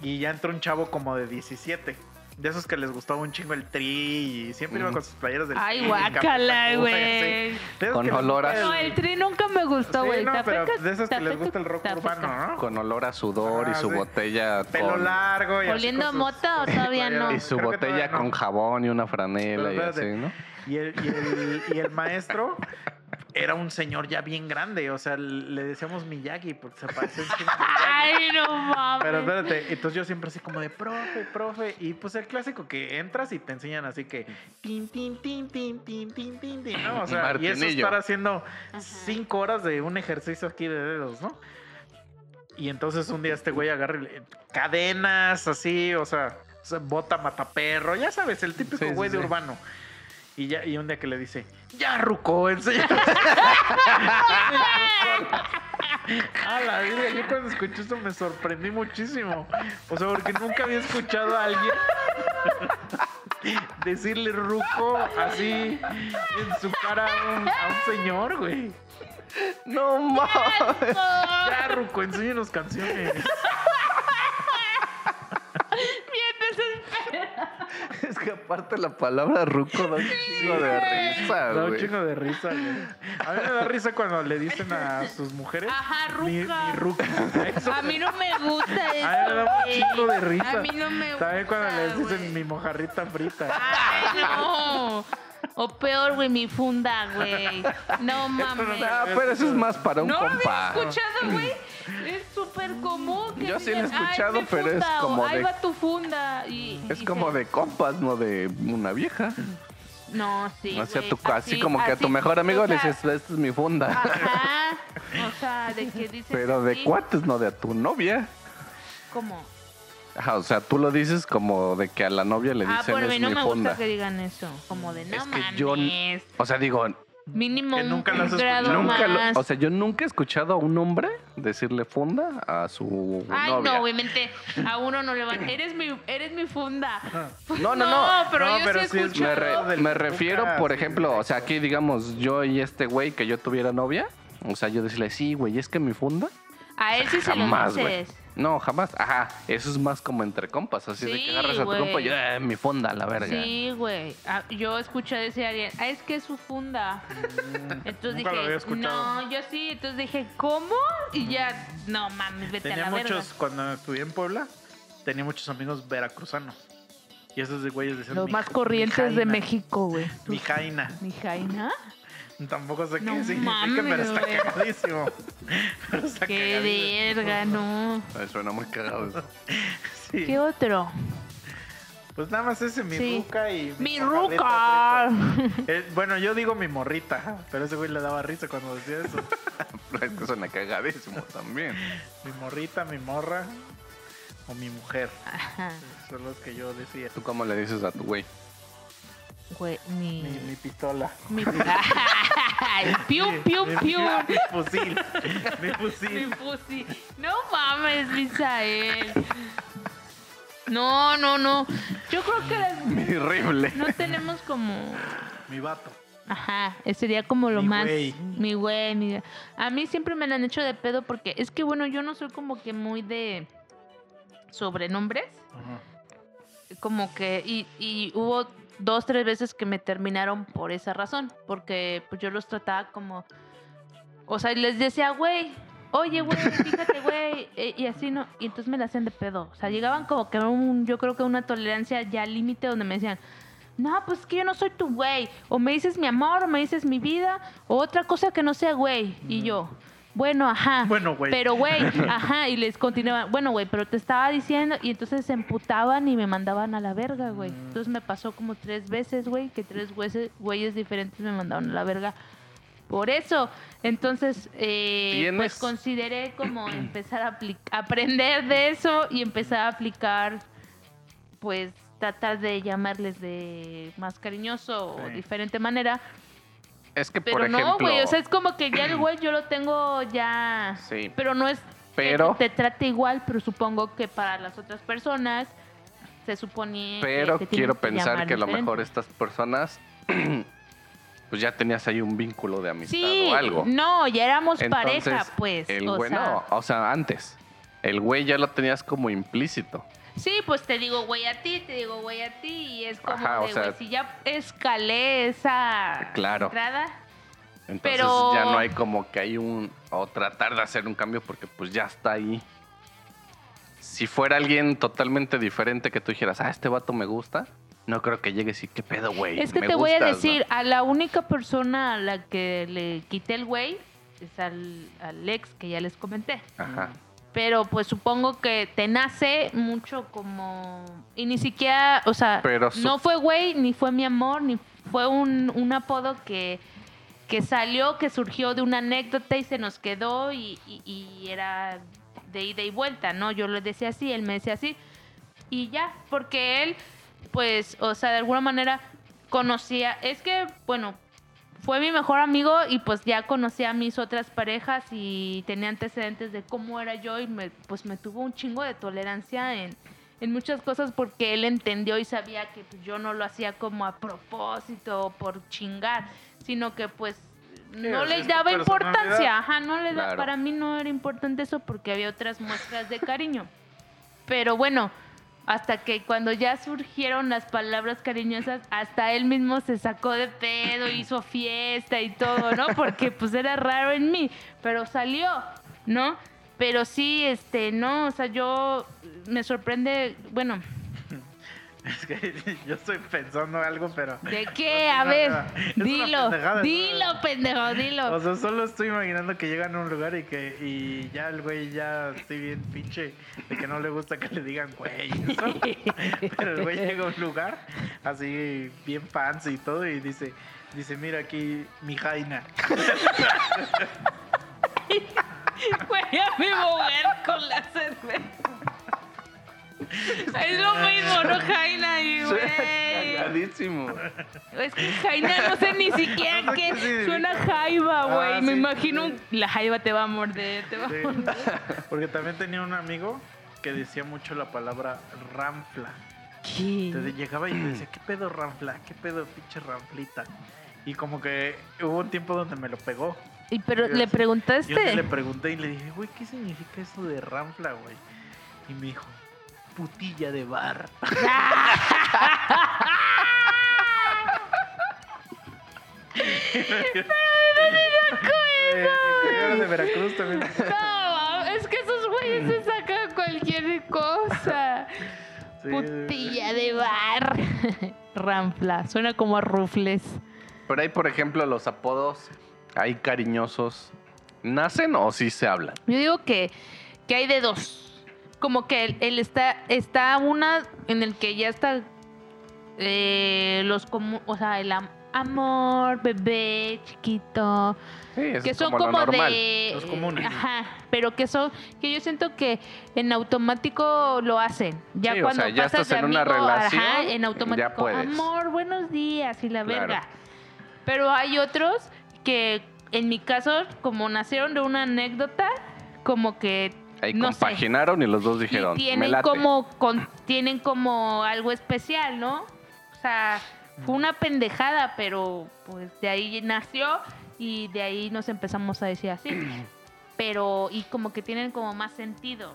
Y ya entró un chavo como de 17. De esos que les gustaba un chingo el tri y siempre iba Mm. con sus playeras del Ay, tri, guácala, Capitán Cuba, güey. sí. De esos Con que les olor a- gusta No, el tri nunca me gustó, Sí, güey. no, Te pero aplicas- de esos te que les aplicas- gusta el rock te aplicas. urbano, ¿no? Con olor a sudor y Ah, su sí. botella Pelo con... largo y así ¿Oliendo con a sus- mota o con todavía no? Y playeras. su Creo que botella todavía no. con jabón y una franela Pero y así, espérate. ¿no? Y el, y el- y el maestro era un señor ya bien grande, o sea, le decíamos Miyagi porque se parecía un chingo a Miyagi. Ay, no mames. Pero espérate, entonces yo siempre así como de profe, profe. Y pues el clásico que entras y te enseñan así que tin, tin, tin, tin, tin, tin, tin, tin, ¿no? O sea, y eso Martinillo. estar haciendo Ajá. cinco horas de un ejercicio aquí de dedos, ¿no? Y entonces un día este güey agarra y le- cadenas así, o sea, o sea, bota mataperro, ya sabes, el típico Sí, sí, güey de sí. urbano. Y, ya, y un día que le dice, ya rucó, enseña. A la vida, yo cuando escuché esto me sorprendí muchísimo. O sea, porque nunca había escuchado a alguien decirle ruco así en su cara a un, a un señor, güey. No mames. Ya, ruco, enséñenos canciones. Es que aparte la palabra ruco da un chingo de risa, Da un güey. chingo de risa, güey. A mí me da risa cuando le dicen a sus mujeres. Ajá, ruca. "Mi- mi ruca. Eso A mí no me gusta eso. A mí me da un güey. chingo de risa. A mí no me gusta. También cuando les dicen güey. Ah, mi mojarrita frita. Ay, no. O peor, güey, mi funda, güey. No mames. Ah, pero eso es más para un No lo había compa. escuchado, güey. Es súper común. que Yo sí lo he digan, "Ay, escuchado, mi pero es funda", o, como Ahí de- va tu funda. Y, Es y como se- de compas, no de una vieja. No, sí. o sea, güey, tú, así, como que a tu así. mejor amigo O sea, le dices, esta es mi funda. Ajá. O sea, de que dices. Pero de así, cuates, no de a tu novia. Como. Ajá, o sea, tú lo dices como de que a la novia le Ah, dicen por es mí no mi me funda. gusta que digan eso. Como de no Es que mames. yo- O sea, digo, Mínimo Que nunca un lo has grado escuchado. nunca más. lo- o sea, yo nunca he escuchado a un hombre decirle funda a su Ay, novia. no, obviamente a uno no le van. Eres mi, eres mi funda. No, no, no. pero No, yo pero sí sí he es escuchado. Me, re- del me que refiero, nunca por se ejemplo, o sea, aquí digamos yo y este güey que yo tuviera novia, o sea, yo decirle, sí, güey, es que mi funda. A él sí se lo Jamás, güey. dices. No, jamás. Ajá, eso es más como entre compas, así de Sí, que agarras a tu güey. compa y "Eh, mi funda, la verga. Sí, güey. Ah, Yo escuché decir a alguien, ah, es que es su funda. Mm. Entonces Nunca lo había dije, escuchado. no, yo sí. Entonces dije, ¿cómo? Y ya, no mames, vete Tenía a la muchos, verga. cuando estudié en Puebla, tenía muchos amigos veracruzanos. Y esos de güeyes decían. Los "Mi- más mi corrientes de jaina, México, güey. Mi jaina. Mi jaina. Tampoco sé qué No significa, pero mames, está güey. cagadísimo. Pero está Qué cagadísimo. verga, no. Ay, Suena muy cagado. eso. Sí. ¿Qué otro? Pues nada más ese mi Sí. ruca y. Mi mojarrita ruca. frita. Eh, bueno, yo digo mi morrita, pero ese güey le daba risa cuando decía eso. Es que suena cagadísimo también. mi morrita, mi morra o mi mujer. Ajá, Son los que yo decía. ¿Tú cómo le dices a tu güey? Güey, Mi, mi pistola. Mi... Ay, piu, piu, Mi- piu. Mi fusil. Mi Mi fusil. pussy. No mames, Misael. No, no, no. Yo creo que las- Mi horrible. no tenemos como... Mi vato. Ajá, eh, sería como lo Mi más... güey. Mi güey, mi... A mí siempre me la han hecho de pedo porque es que, bueno, yo no soy como que muy de sobrenombres. Ajá. como que y, y hubo dos tres veces que me terminaron por esa razón porque pues yo los trataba como o sea y les decía güey oye güey fíjate güey e- y así no y entonces me la hacían de pedo o sea llegaban como que a un yo creo que a una tolerancia ya al límite donde me decían no, pues es que yo no soy tu güey. O me dices mi amor, o me dices mi vida, o otra cosa que no sea güey. Y yo, bueno, ajá. Bueno, güey. Pero, güey, ajá, y les continuaban, bueno, güey, pero te estaba diciendo, y entonces se emputaban y me mandaban a la verga, güey. Mm. Entonces me pasó como tres veces, güey, que tres güeyes, güeyes diferentes me mandaron a la verga. Por eso, entonces, eh, pues ¿Tienes? consideré como empezar a apli- aprender de eso y empezar a aplicar, pues, tratar de llamarles de más cariñoso o Sí. diferente manera. Es que, Pero por ejemplo. no, güey, o sea, es como que ya el güey yo lo tengo ya... Sí. Pero no es Pero- que te trate igual, pero supongo que para las otras personas se supone Pero que te quiero tienen que pensar llamar que a lo diferente. mejor estas personas, pues ya tenías ahí un vínculo de amistad Sí, o algo. no, ya éramos Entonces, pareja, pues. El o güey, sea, no, o sea, antes. El güey ya lo tenías como implícito. Sí, pues te digo güey a ti, te digo güey a ti, y es como Ajá, o de, sea- güey, si ya escalé esa Claro. entrada, Entonces Pero- ya no hay como que hay un. o tratar de hacer un cambio porque pues ya está ahí. Si fuera alguien totalmente diferente que tú dijeras, ah, este vato me gusta, no creo que llegues y qué pedo, güey. Es que me te voy a gustas", ¿no? decir, a la única persona a la que le quité el güey es al, al ex que ya les comenté. Ajá. Pero pues supongo que te nace mucho como... Y ni siquiera, o sea, Pero su- no fue güey, ni fue mi amor, ni fue un, un apodo que, que salió, que surgió de una anécdota y se nos quedó y, y- y era de ida y vuelta, ¿no? Yo le decía así, él me decía así. Y ya, porque él, pues, o sea, de alguna manera conocía, es que, bueno, fue mi mejor amigo y pues ya conocía a mis otras parejas y tenía antecedentes de cómo era yo y me, pues me tuvo un chingo de tolerancia en, en muchas cosas porque él entendió y sabía que pues, yo no lo hacía como a propósito o por chingar, sino que pues no así le es tu daba personalidad. importancia, ajá, no le da- Claro. para mí no era importante eso porque había otras muestras de cariño. Pero bueno, hasta que cuando ya surgieron las palabras cariñosas, hasta él mismo se sacó de pedo, hizo fiesta y todo, ¿no? Porque pues era raro en mí, pero salió, ¿no? Pero sí, este, no, o sea, yo me sorprende, bueno, Es que yo estoy pensando algo, pero. ¿de qué? A ver, Es una dilo, pendejada, dilo, pendejo, O dilo. sea, solo estoy imaginando que llegan a un lugar y que y ya el güey ya estoy bien pinche de que no le gusta que le digan güey. eso. Pero el güey llega a un lugar así bien fancy y todo y dice, dice, mira aquí mi jaina. Voy a me mover con la cerveza. Es lo mismo, ¿no, Jaina? Y, güey. Cagadísimo. Es que Jaina no sé ni siquiera No sé qué qué significa. suena jaiba, güey. Ah, Me sí. imagino un- la jaiba te va a morder, te va Sí. a morder. Porque también tenía un amigo que decía mucho la palabra ranfla. Entonces llegaba y me decía, ¿qué pedo ranfla? ¿Qué pedo pinche ranflita? Y como que hubo un tiempo donde me lo pegó. Y pero le Yo un día le preguntaste. pregunté y le dije, güey, ¿qué significa eso de ranfla, güey? Y me dijo, putilla de bar. Pero no de Veracruz también. No, es que esos güeyes se sacan cualquier cosa. Sí. Putilla de bar. Rampla, suena como a rufles. Pero ahí, por ejemplo, los apodos, hay cariñosos. ¿Nacen o sí se hablan? Yo digo que, que hay de dos. Como que el, el está, está una en el que ya está eh, los comu- o sea, el am- amor, bebé, chiquito. Sí, eso que es son como, como, lo normal. de eh, Los comunes. ajá pero que son que yo siento que en automático lo hacen ya Sí, o cuando sea, ya pasas estás de en una amigo, relación, ajá, en automático ya puedes. amor buenos días y la Claro. verga pero hay otros que en mi caso como nacieron de una anécdota como que Ahí no sé, compaginaron y los dos y dijeron, me tienen late. como con- tienen como algo especial, ¿no? O sea, fue una pendejada, pero pues de ahí nació y de ahí nos empezamos a decir así. Pero y como que tienen como más sentido.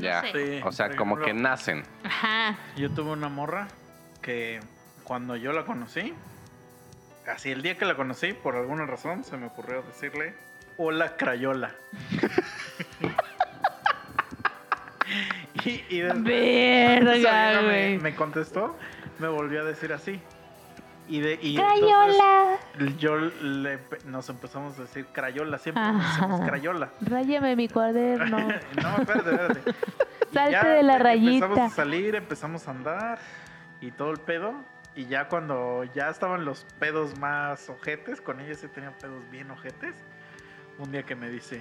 Ya. no sé. Sí, O sea, por como que ejemplo, nacen. Ajá. Yo tuve una morra que cuando yo la conocí, así el día que la conocí, por alguna razón se me ocurrió decirle, hola crayola. y, y después- esa Verga, vieja me, güey. me contestó, me volvió a decir así. Y de, y Crayola. entonces yo le, nos empezamos a decir crayola, siempre Ajá. nos decimos crayola. Ráyame mi cuaderno. No, espérate, espérate. Y Salte ya de la empe- Empezamos rayita. a salir, empezamos a andar y todo el pedo. Y ya cuando ya estaban los pedos más ojetes, con ella sí tenía pedos bien ojetes. Un día que me dice,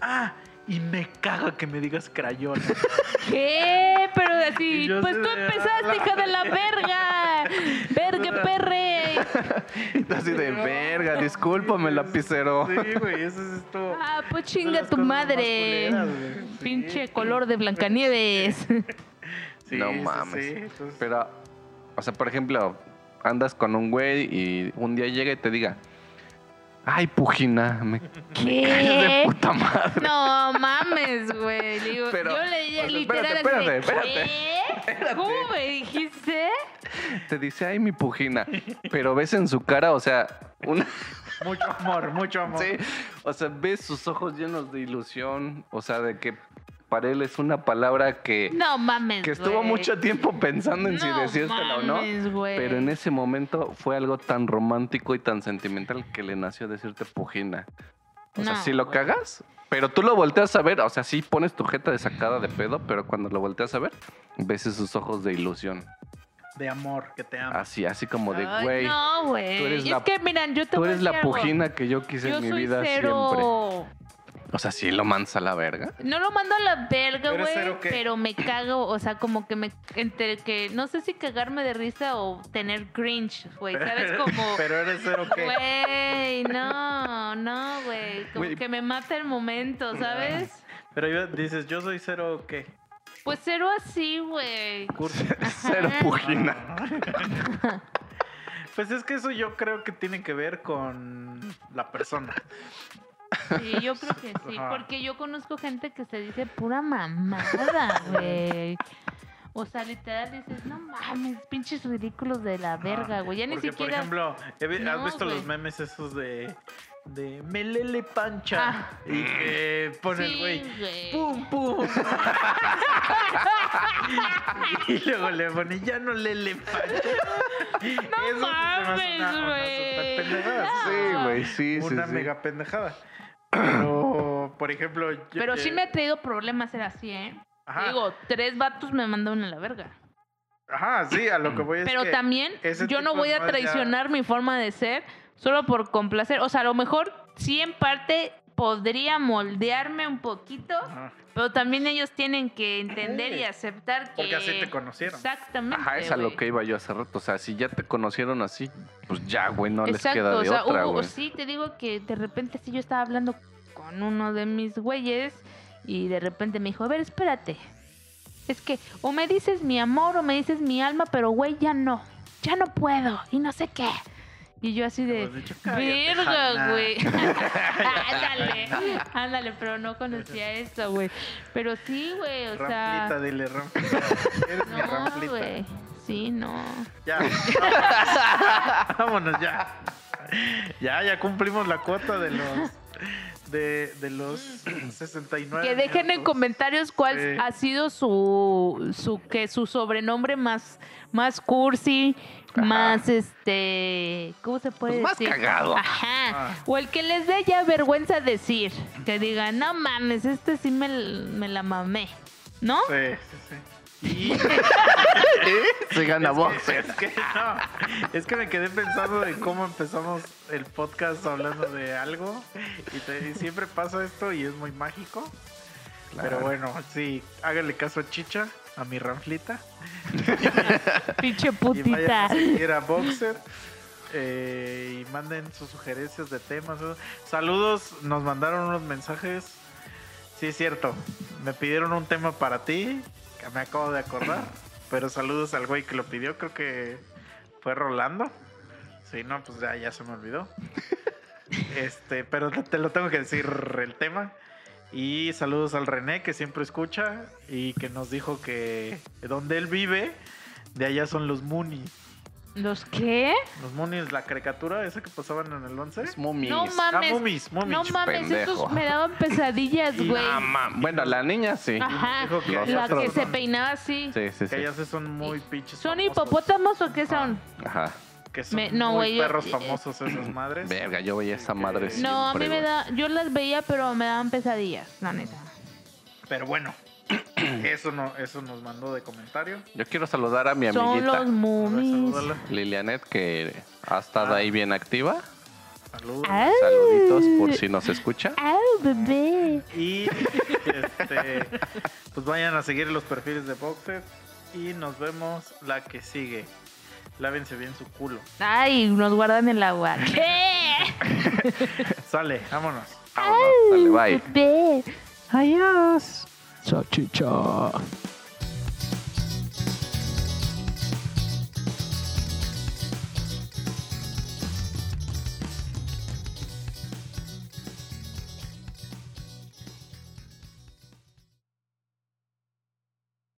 ah, y me caga que me digas crayola. ¿Qué? Pero Y así, yo pues así tú de, "Ah". empezaste, hija de la verga. Verga, perre. Así de No, verga, no, discúlpame, sí, lapicero. Sí, güey, eso es esto. Ah, pues Son chinga las tu cosas más madre. culeras, güey. Sí. Pinche color de Blancanieves. No mames. Pero, o sea, por ejemplo, andas con un güey y un día llega y te diga, ay, pugina, me calles de ¿Eh? ¿Qué? puta madre. No mames, güey. Le digo- Pero, yo le dije o sea, literal espérate, así de, espérate, ¿qué? ¿Cómo me dijiste? Te dice, ay, mi pujina. Pero ves en su cara, o sea, una, Mucho amor, mucho amor. sí, o sea, ves sus ojos llenos de ilusión, o sea, de que para él es una palabra que, No mames. que estuvo güey. mucho tiempo pensando en si No decírsela o no. mames, güey. Pero en ese momento fue algo tan romántico y tan sentimental que le nació decirte pujina. O sea, No, si lo güey. cagas, pero tú lo volteas a ver, o sea, sí pones tu jeta de sacada de pedo, pero cuando lo volteas a ver, ves sus ojos de ilusión. De amor, que te amo. Así, así como de, Ay, güey, No, tú eres güey. Es la- que, miran, yo te tú voy a eres la decir algo. pujina que yo quise Yo en mi soy vida siempre. cero. O sea, sí lo mansa la verga. No lo mando a la verga, ¿Pero güey, cero qué? pero me cago, o sea, como que me entre que no sé si cagarme de risa o tener cringe, güey, sabes como Pero eres cero que. güey, no, no, güey, como Güey. que me mata el momento, ¿sabes? Pero yo- dices, yo soy cero que. Pues cero así, güey. Cursi. Cero pujina. Pues es que eso yo creo que tiene que ver con la persona. Sí, yo creo que sí, Ajá. porque yo conozco gente que se dice pura mamada, güey. O sea, literal dices, no mames, pinches ridículos de la verga, güey. Ya ni Porque, siquiera. Por ejemplo, he vi- ¿has No, visto los güey. memes esos de. de Melele Pancha? Ah. Y que ponen, Sí, güey. güey. ¡Pum, pum! y luego le ponen, ya no Lele Pancha. No mames, güey. Sí, güey, sí, sí, una sí. mega pendejada. Pero, por ejemplo. yo- Pero sí eh, me ha traído problemas ser así, ¿eh? Ajá, Digo, tres vatos me mandaron a la verga. ajá, sí, a lo que voy es Pero que- también ese yo no tipo voy de a madres ya- traicionar mi forma de ser solo por complacer. O sea, a lo mejor sí en parte podría moldearme un poquito, Ajá, pero también ellos tienen que entender Sí. y aceptar que... Porque así te conocieron. Exactamente. Ajá, es a lo güey. que iba yo hace rato. O sea, si ya te conocieron así, pues ya, güey, no les Exacto, queda de o sea, otra, hubo- güey. sí, te digo que de repente sí yo estaba hablando con uno de mis güeyes y de repente me dijo, a ver, espérate. Es que o me dices mi amor o me dices mi alma, pero güey, ya no. Ya no puedo y no sé qué. Y yo así Hemos de... dicho, "Cállate, Verga, Hanna". güey. ándale, ándale, pero no conocía eso, güey. Pero sí, güey, o sea... Ramplita, dile, ramplita. Eres mi No, ramplita. güey. Sí, no. Ya. Vámonos ya. Ya, ya cumplimos la cuota de los de, de los 69. Que dejen en minutos. comentarios cuál Sí. ha sido su, su que su sobrenombre más más cursi, Ajá. más este, ¿cómo se puede Pues más decir? cagado. Ajá. Ah. O el que les dé ya vergüenza decir, que digan, "No mames, este sí me, l- me la mamé." ¿No? Sí, sí, sí. Se Y gana es, que, boxer. es que no, es que me quedé pensando en cómo empezamos el podcast hablando de algo y, te- y siempre pasa esto y es muy mágico. Pero Claro. bueno, sí, hágale caso a Chicha, a mi ranflita. Pinche Y vayan putita. a seguir a Boxer. eh, y manden sus sugerencias de temas. eso. Saludos, nos mandaron unos mensajes. Sí, es cierto. Me pidieron un tema para ti, que me acabo de acordar. Pero saludos al güey que lo pidió, creo que fue Rolando. Sí, no, pues ya, ya se me olvidó. Este, pero te- te lo tengo que decir el tema. Y saludos al René que siempre escucha y que nos dijo que donde él vive, de allá son los Moonies. ¿Los qué? Los Moonies, la caricatura esa que pasaban en el 11. Es momis. No Ah, mames. Moomies, Moomies. no mames, pendejo. esos me daban pesadillas, Y- güey. Ah, ma- Bueno, la niña sí. Ajá. Dijo que Los allá La que son- se peinaba así. Sí, sí, Que sí. allá se son muy pinches. ¿Son famosos, hipopótamos o qué son? Ajá. Que son Me- no, muy güey, yo- eh, perros famosos esas madres. Verga, yo veía esa madre No, siempre. No, a mí me güey. da, yo las veía, pero me daban pesadillas, la neta. Pero bueno, eso no, eso nos mandó de comentario. Yo quiero saludar a mi Son amiguita los A ver, mummies. salúdala. Lilianet, que ha estado Ah. ahí bien activa. Saludos. Ay. Saluditos por si nos escucha. ¡Ay, bebé! Y este, pues vayan a seguir los perfiles de Boxer. Y nos vemos la que sigue. Lávense bien su culo. ¡Ay, nos guardan el agua! ¿Qué? Sale, vámonos. Vámonos, dale, bye. ¡Bebé! Adiós. Salchicha.